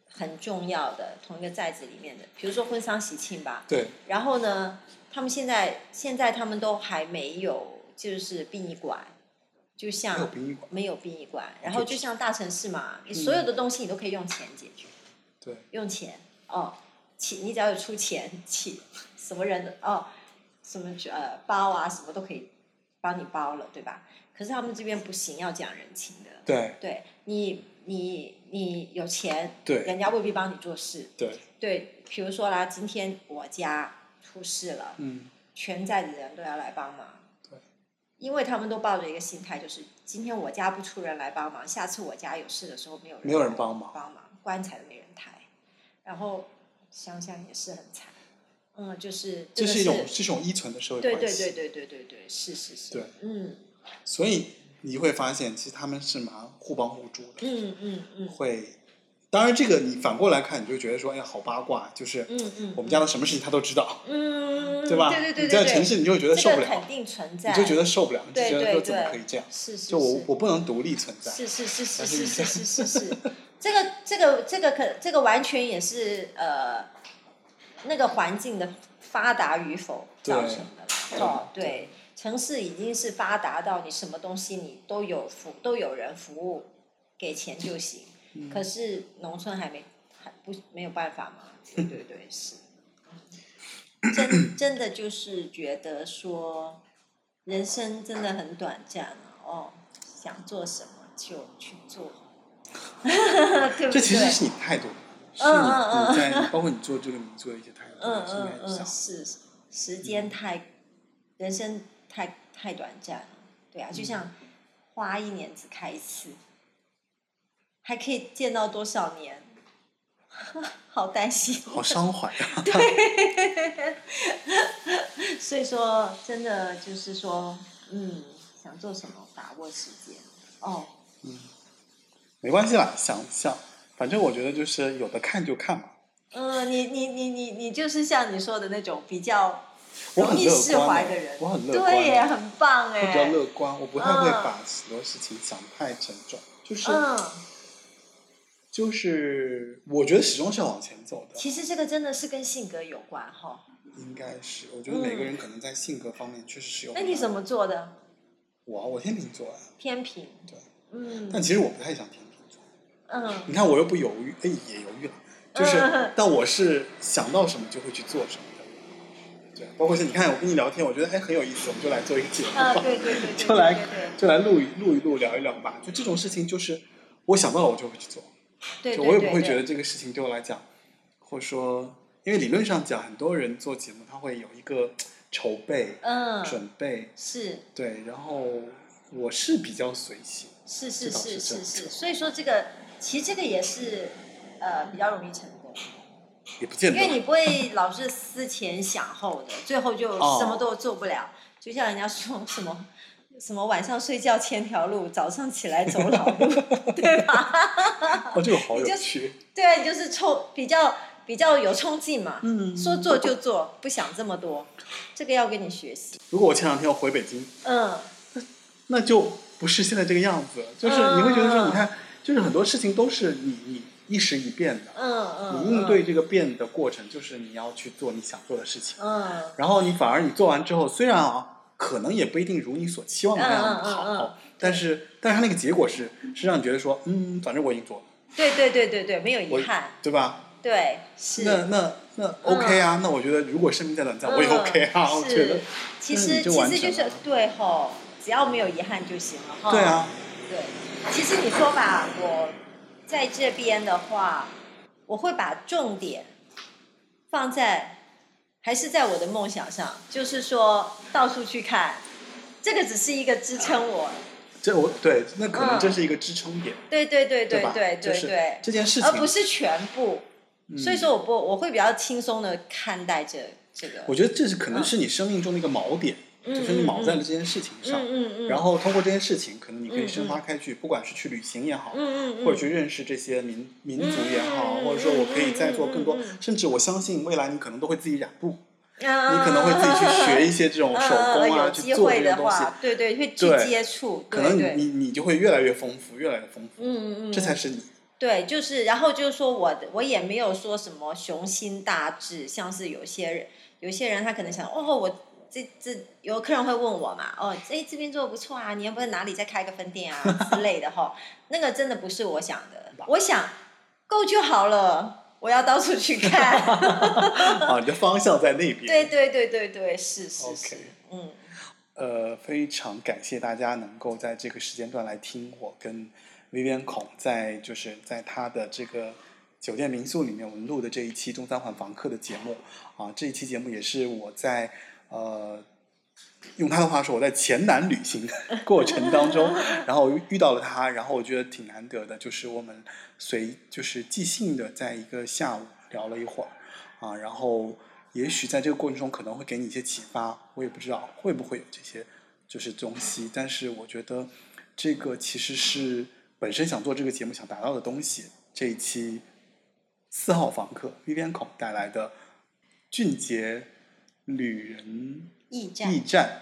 Speaker 3: 很重要的同一个寨子里面的，比如说婚丧喜庆吧，
Speaker 2: 对，
Speaker 3: 然后呢，他们现在现在他们都还没有就是殡仪馆，就
Speaker 2: 没
Speaker 3: 像
Speaker 2: 有殡仪馆。
Speaker 3: 没有殡仪馆，然后
Speaker 2: 就嗯
Speaker 3: 就像大城市嘛，你所有的东西你都可以用钱解决，
Speaker 2: 对，
Speaker 3: 用钱哦，请你只要有出钱，请什么人的哦，什么呃包啊什么都可以帮你包了，对吧？可是他们这边不行，要讲人情的，
Speaker 2: 对，
Speaker 3: 对你你你有钱，
Speaker 2: 对
Speaker 3: 人家未必帮你做事，
Speaker 2: 对，
Speaker 3: 对，比如说啦，今天我家出事了，
Speaker 2: 嗯，
Speaker 3: 全寨子人都要来帮忙。
Speaker 2: 对，
Speaker 3: 因为他们都抱着一个心态，就是今天我家不出人来帮忙，下次我家有事的时候没有人
Speaker 2: 没有人帮忙
Speaker 3: 帮忙棺材都没人抬，然后想想也是很惨。嗯，就是
Speaker 2: 这
Speaker 3: 真的
Speaker 2: 是
Speaker 3: 是
Speaker 2: 一种这种依存的社会
Speaker 3: 对
Speaker 2: 关
Speaker 3: 对
Speaker 2: 系。
Speaker 3: 对对对对对，是是是，
Speaker 2: 对
Speaker 3: 嗯
Speaker 2: 所以你会发现，其实他们是蛮互帮互助的。
Speaker 3: 嗯嗯嗯
Speaker 2: 会，当然这个你反过来看，你就觉得说，哎呀，好八卦，就是
Speaker 3: 嗯嗯，
Speaker 2: 我们家的什么事情他都知道，
Speaker 3: 嗯
Speaker 2: 吧？
Speaker 3: 对对对对
Speaker 2: 你在
Speaker 3: 对
Speaker 2: 城市你就会觉得受不
Speaker 3: 这个
Speaker 2: 了
Speaker 3: 肯，定存在，
Speaker 2: 你就觉得受不了，你就
Speaker 3: 对
Speaker 2: 觉得
Speaker 3: 对
Speaker 2: 说怎么
Speaker 3: 对
Speaker 2: 可以这样？
Speaker 3: 是是
Speaker 2: 就我
Speaker 3: 是
Speaker 2: 我不能独立存在。
Speaker 3: 是是是是
Speaker 2: 但是
Speaker 3: 是
Speaker 2: 你
Speaker 3: 是是是是，这个这个这个可这个完全也是呃那个环境的发达与否造成的
Speaker 2: 对
Speaker 3: 啦哦，对，城市已经是发达到你什么东西你都有服都有人服务，给钱就行。
Speaker 2: 嗯
Speaker 3: 可是农村还没还不没有办法嘛，对对对是，真真的就是觉得说人生真的很短暂啊哦，想做什么就去做， 对不对？
Speaker 2: 这其实是你态度，是你
Speaker 3: 嗯嗯
Speaker 2: 你在包括你做这个你做的一些态度，
Speaker 3: 嗯
Speaker 2: 是
Speaker 3: 嗯
Speaker 2: 应该
Speaker 3: 嗯，
Speaker 2: 想嗯
Speaker 3: 是时间太，人生太太短暂了，对啊，就
Speaker 2: 嗯
Speaker 3: 像花一年只开一次，还可以见到多少年？ 好担心，
Speaker 2: 好伤怀啊。
Speaker 3: 所以说真的就是说，嗯，想做什么把握时间哦，
Speaker 2: 没关系啦，想想，反正我觉得就是有的看就看嘛。
Speaker 3: 嗯，你你你你你就是像你说的那种比较
Speaker 2: 我很
Speaker 3: 容易
Speaker 2: 乐
Speaker 3: 释
Speaker 2: 观
Speaker 3: 怀
Speaker 2: 的
Speaker 3: 的人，
Speaker 2: 我很乐观的
Speaker 3: 对耶，很棒
Speaker 2: 会比较
Speaker 3: 哎，
Speaker 2: 乐观，我不太会
Speaker 3: 嗯
Speaker 2: 把很多事情想太沉重，就是、
Speaker 3: 嗯。
Speaker 2: 就是，我觉得始终是要往前走的，
Speaker 3: 其实这个真的是跟性格有关哈。
Speaker 2: 应该是。我觉得每个人可能在性格方面确实是有。
Speaker 3: 嗯那你怎么？做的？
Speaker 2: 我啊我天秤座啊，
Speaker 3: 天平。
Speaker 2: 对，
Speaker 3: 嗯
Speaker 2: 但其实我不太想天秤座。
Speaker 3: 嗯
Speaker 2: 你看我又不犹豫，哎，也犹豫了，就是，
Speaker 3: 嗯
Speaker 2: 但我是想到什么就会去做什么的。对，包括是你看我跟你聊天，我觉得哎很有意思，我们就来做一个节目吧。
Speaker 3: 啊，对对对对，
Speaker 2: 就来
Speaker 3: 对对
Speaker 2: 就来录一录一录，聊一聊吧。就这种事情，就是我想到了我就会去做，
Speaker 3: 对对
Speaker 2: 就
Speaker 3: 对，
Speaker 2: 我也不会觉
Speaker 3: 对
Speaker 2: 得这个事情对我来讲，或者说，因为理论上讲，很多人做节目他会有一个筹备、
Speaker 3: 嗯
Speaker 2: 准备，
Speaker 3: 是
Speaker 2: 对。然后我是比较随性，
Speaker 3: 是是
Speaker 2: 至少是
Speaker 3: 是
Speaker 2: 这
Speaker 3: 是
Speaker 2: 样
Speaker 3: 是，所以说这个其实这个也是呃比较容易成功，
Speaker 2: 也不见
Speaker 3: 因
Speaker 2: 得
Speaker 3: 为你不会老是思前想后的，最后就
Speaker 2: 哦
Speaker 3: 什么都做不了。就像人家说什么什么晚上睡觉千条路，早上起来走老路， 对吧？
Speaker 2: 哦，这个好
Speaker 3: 你
Speaker 2: 有
Speaker 3: 就
Speaker 2: 趣，
Speaker 3: 对啊，你就是冲比较比较有冲劲嘛，
Speaker 2: 嗯
Speaker 3: 说做就做，不想这么多，这个要跟你学习。
Speaker 2: 如果我前两天要回北京，
Speaker 3: 嗯，
Speaker 2: 那就不是现在这个样子，就是你会觉得说，
Speaker 3: 嗯
Speaker 2: 你看，就是很多事情都是你你一时一变的，
Speaker 3: 嗯嗯，
Speaker 2: 你应对这个变的过程，就是你要去做你想做的事情，
Speaker 3: 嗯，
Speaker 2: 然后你反而你做完之后，虽然啊，可能也不一定如你所期望的那样
Speaker 3: 嗯嗯嗯
Speaker 2: 好，
Speaker 3: 嗯
Speaker 2: 但是但是它那个结果是是让你觉得说，嗯，反正我已经做了，
Speaker 3: 嗯，对对对对对，没有
Speaker 2: 我
Speaker 3: 遗憾，
Speaker 2: 对吧？
Speaker 3: 对是。
Speaker 2: 那那那 OK 啊，那我觉得如果生命再短暂，我也
Speaker 3: 嗯
Speaker 2: OK 啊，我觉得
Speaker 3: 是，其
Speaker 2: 那
Speaker 3: 实
Speaker 2: 你就
Speaker 3: 其
Speaker 2: 完
Speaker 3: 实就
Speaker 2: 成
Speaker 3: 是
Speaker 2: 了
Speaker 3: 对吼，只要没有遗憾就行了哈。
Speaker 2: 对，啊，
Speaker 3: 对，其实你说吧，我在这边的话，我会把重点放在还是在我的梦想上，就是说到处去看，这个只是一个支撑我。
Speaker 2: 这我对，那可能
Speaker 3: 嗯
Speaker 2: 这是一个支撑点，
Speaker 3: 对对对对
Speaker 2: 吧？
Speaker 3: 对
Speaker 2: 就
Speaker 3: 对
Speaker 2: 是
Speaker 3: 对，
Speaker 2: 这件事情，
Speaker 3: 而不是全部。
Speaker 2: 嗯
Speaker 3: 所以说，我不我会比较轻松的看待这这个。
Speaker 2: 我觉得这是可能
Speaker 3: 嗯
Speaker 2: 是你生命中的一个锚点，
Speaker 3: 嗯
Speaker 2: 就是你锚在了这件事情上。
Speaker 3: 嗯嗯嗯，
Speaker 2: 然后通过这件事情，可能你可以
Speaker 3: 嗯
Speaker 2: 生发开去，不管是去旅行也好，
Speaker 3: 嗯嗯嗯，
Speaker 2: 或者去认识这些民民族也好，
Speaker 3: 嗯
Speaker 2: 或者说我可以再做更多
Speaker 3: 嗯嗯嗯嗯，
Speaker 2: 甚至我相信未来你可能都会自己染布，
Speaker 3: 你
Speaker 2: 你可能会自己去学一些这种手工啊，
Speaker 3: 啊有
Speaker 2: 去
Speaker 3: 机
Speaker 2: 做这
Speaker 3: 会
Speaker 2: 些
Speaker 3: 的
Speaker 2: 东西，
Speaker 3: 话，对对，会去
Speaker 2: 对
Speaker 3: 接触，
Speaker 2: 可
Speaker 3: 对
Speaker 2: 能
Speaker 3: 对
Speaker 2: 你你你就会越来越丰富，越来越丰富，
Speaker 3: 嗯嗯嗯，
Speaker 2: 这才是你。
Speaker 3: 对，就是然后就是说我的我也没有说什么雄心大志，像是有些人有些人他可能想哦我。这这有客人会问我嘛？哦，哎，这边做的不错啊，你要不要哪里再开个分店啊之类的哈？那个真的不是我想的，我想够就好了，我要到处去 看。
Speaker 2: 啊，你的方向在那边。
Speaker 3: 对对对对对，是是是
Speaker 2: OK
Speaker 3: 嗯，
Speaker 2: 呃，非常感谢大家能够在这个时间段来听我跟 Vivian 孔在就是在他的这个酒店民宿里面我们录的这一期中三环房客的节目啊，这一期节目也是我在呃。用他的话说，我在前南旅行过程当中，然后我遇到了他，然后我觉得挺难得的，就是我们随就是即兴的在一个下午聊了一会儿，啊，然后也许在这个过程中可能会给你一些启发，我也不知道会不会有这些就是东西，但是我觉得这个其实是本身想做这个节目想达到的东西。这一期四号房客 Vivian 孔带来的俊杰旅人
Speaker 3: 驿站
Speaker 2: 驿站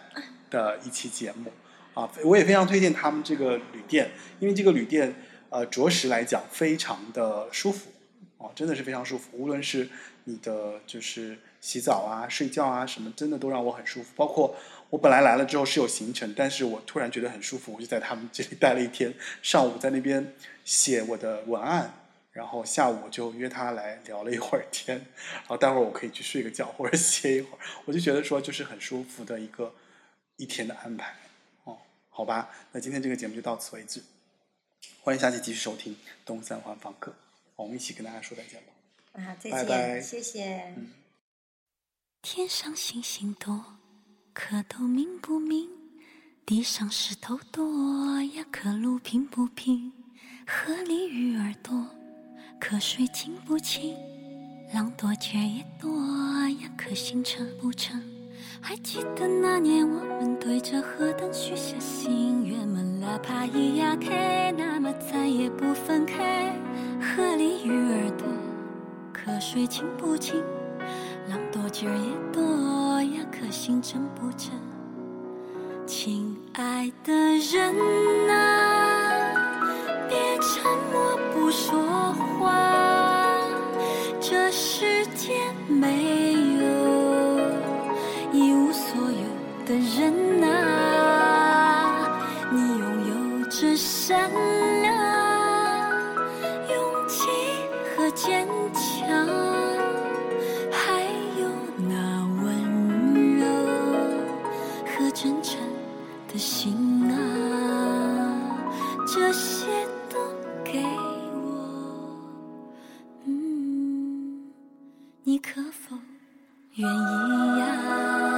Speaker 2: 的一期节目啊，我也非常推荐他们这个旅店，因为这个旅店呃，着实来讲非常的舒服哦，真的是非常舒服。无论是你的就是洗澡啊、睡觉啊什么，真的都让我很舒服。包括我本来来了之后是有行程，但是我突然觉得很舒服，我就在他们这里待了一天。上午在那边写我的文案，然后下午我就约他来聊了一会儿天，然后待会儿我可以去睡个觉或者歇一会儿。我就觉得说就是很舒服的一个一天的安排哦，好吧，那今天这个节目就到此为止。欢迎下期继续收听《东三环访客》，我们一起跟大家说再见吧。
Speaker 3: 啊，再见，
Speaker 2: 拜拜
Speaker 3: 谢谢。
Speaker 2: 嗯
Speaker 4: 天上星星多，可都明不明？地上石头多啊呀，可路平不平？河里鱼儿多，可水清不清？浪多却也多呀，可心成不成？还记得那年我们对着河灯许下心愿们哪怕一呀开，那么再也不分开。河里鱼儿多，可水清不清？浪多久也多呀，可心真不真？亲爱的人啊，别沉默不说话，这世界没有一无所有的人啊，你拥有着啊善良、勇气和坚强。还有那温柔和真诚的心啊，这些都给我。嗯，你可否愿意呀、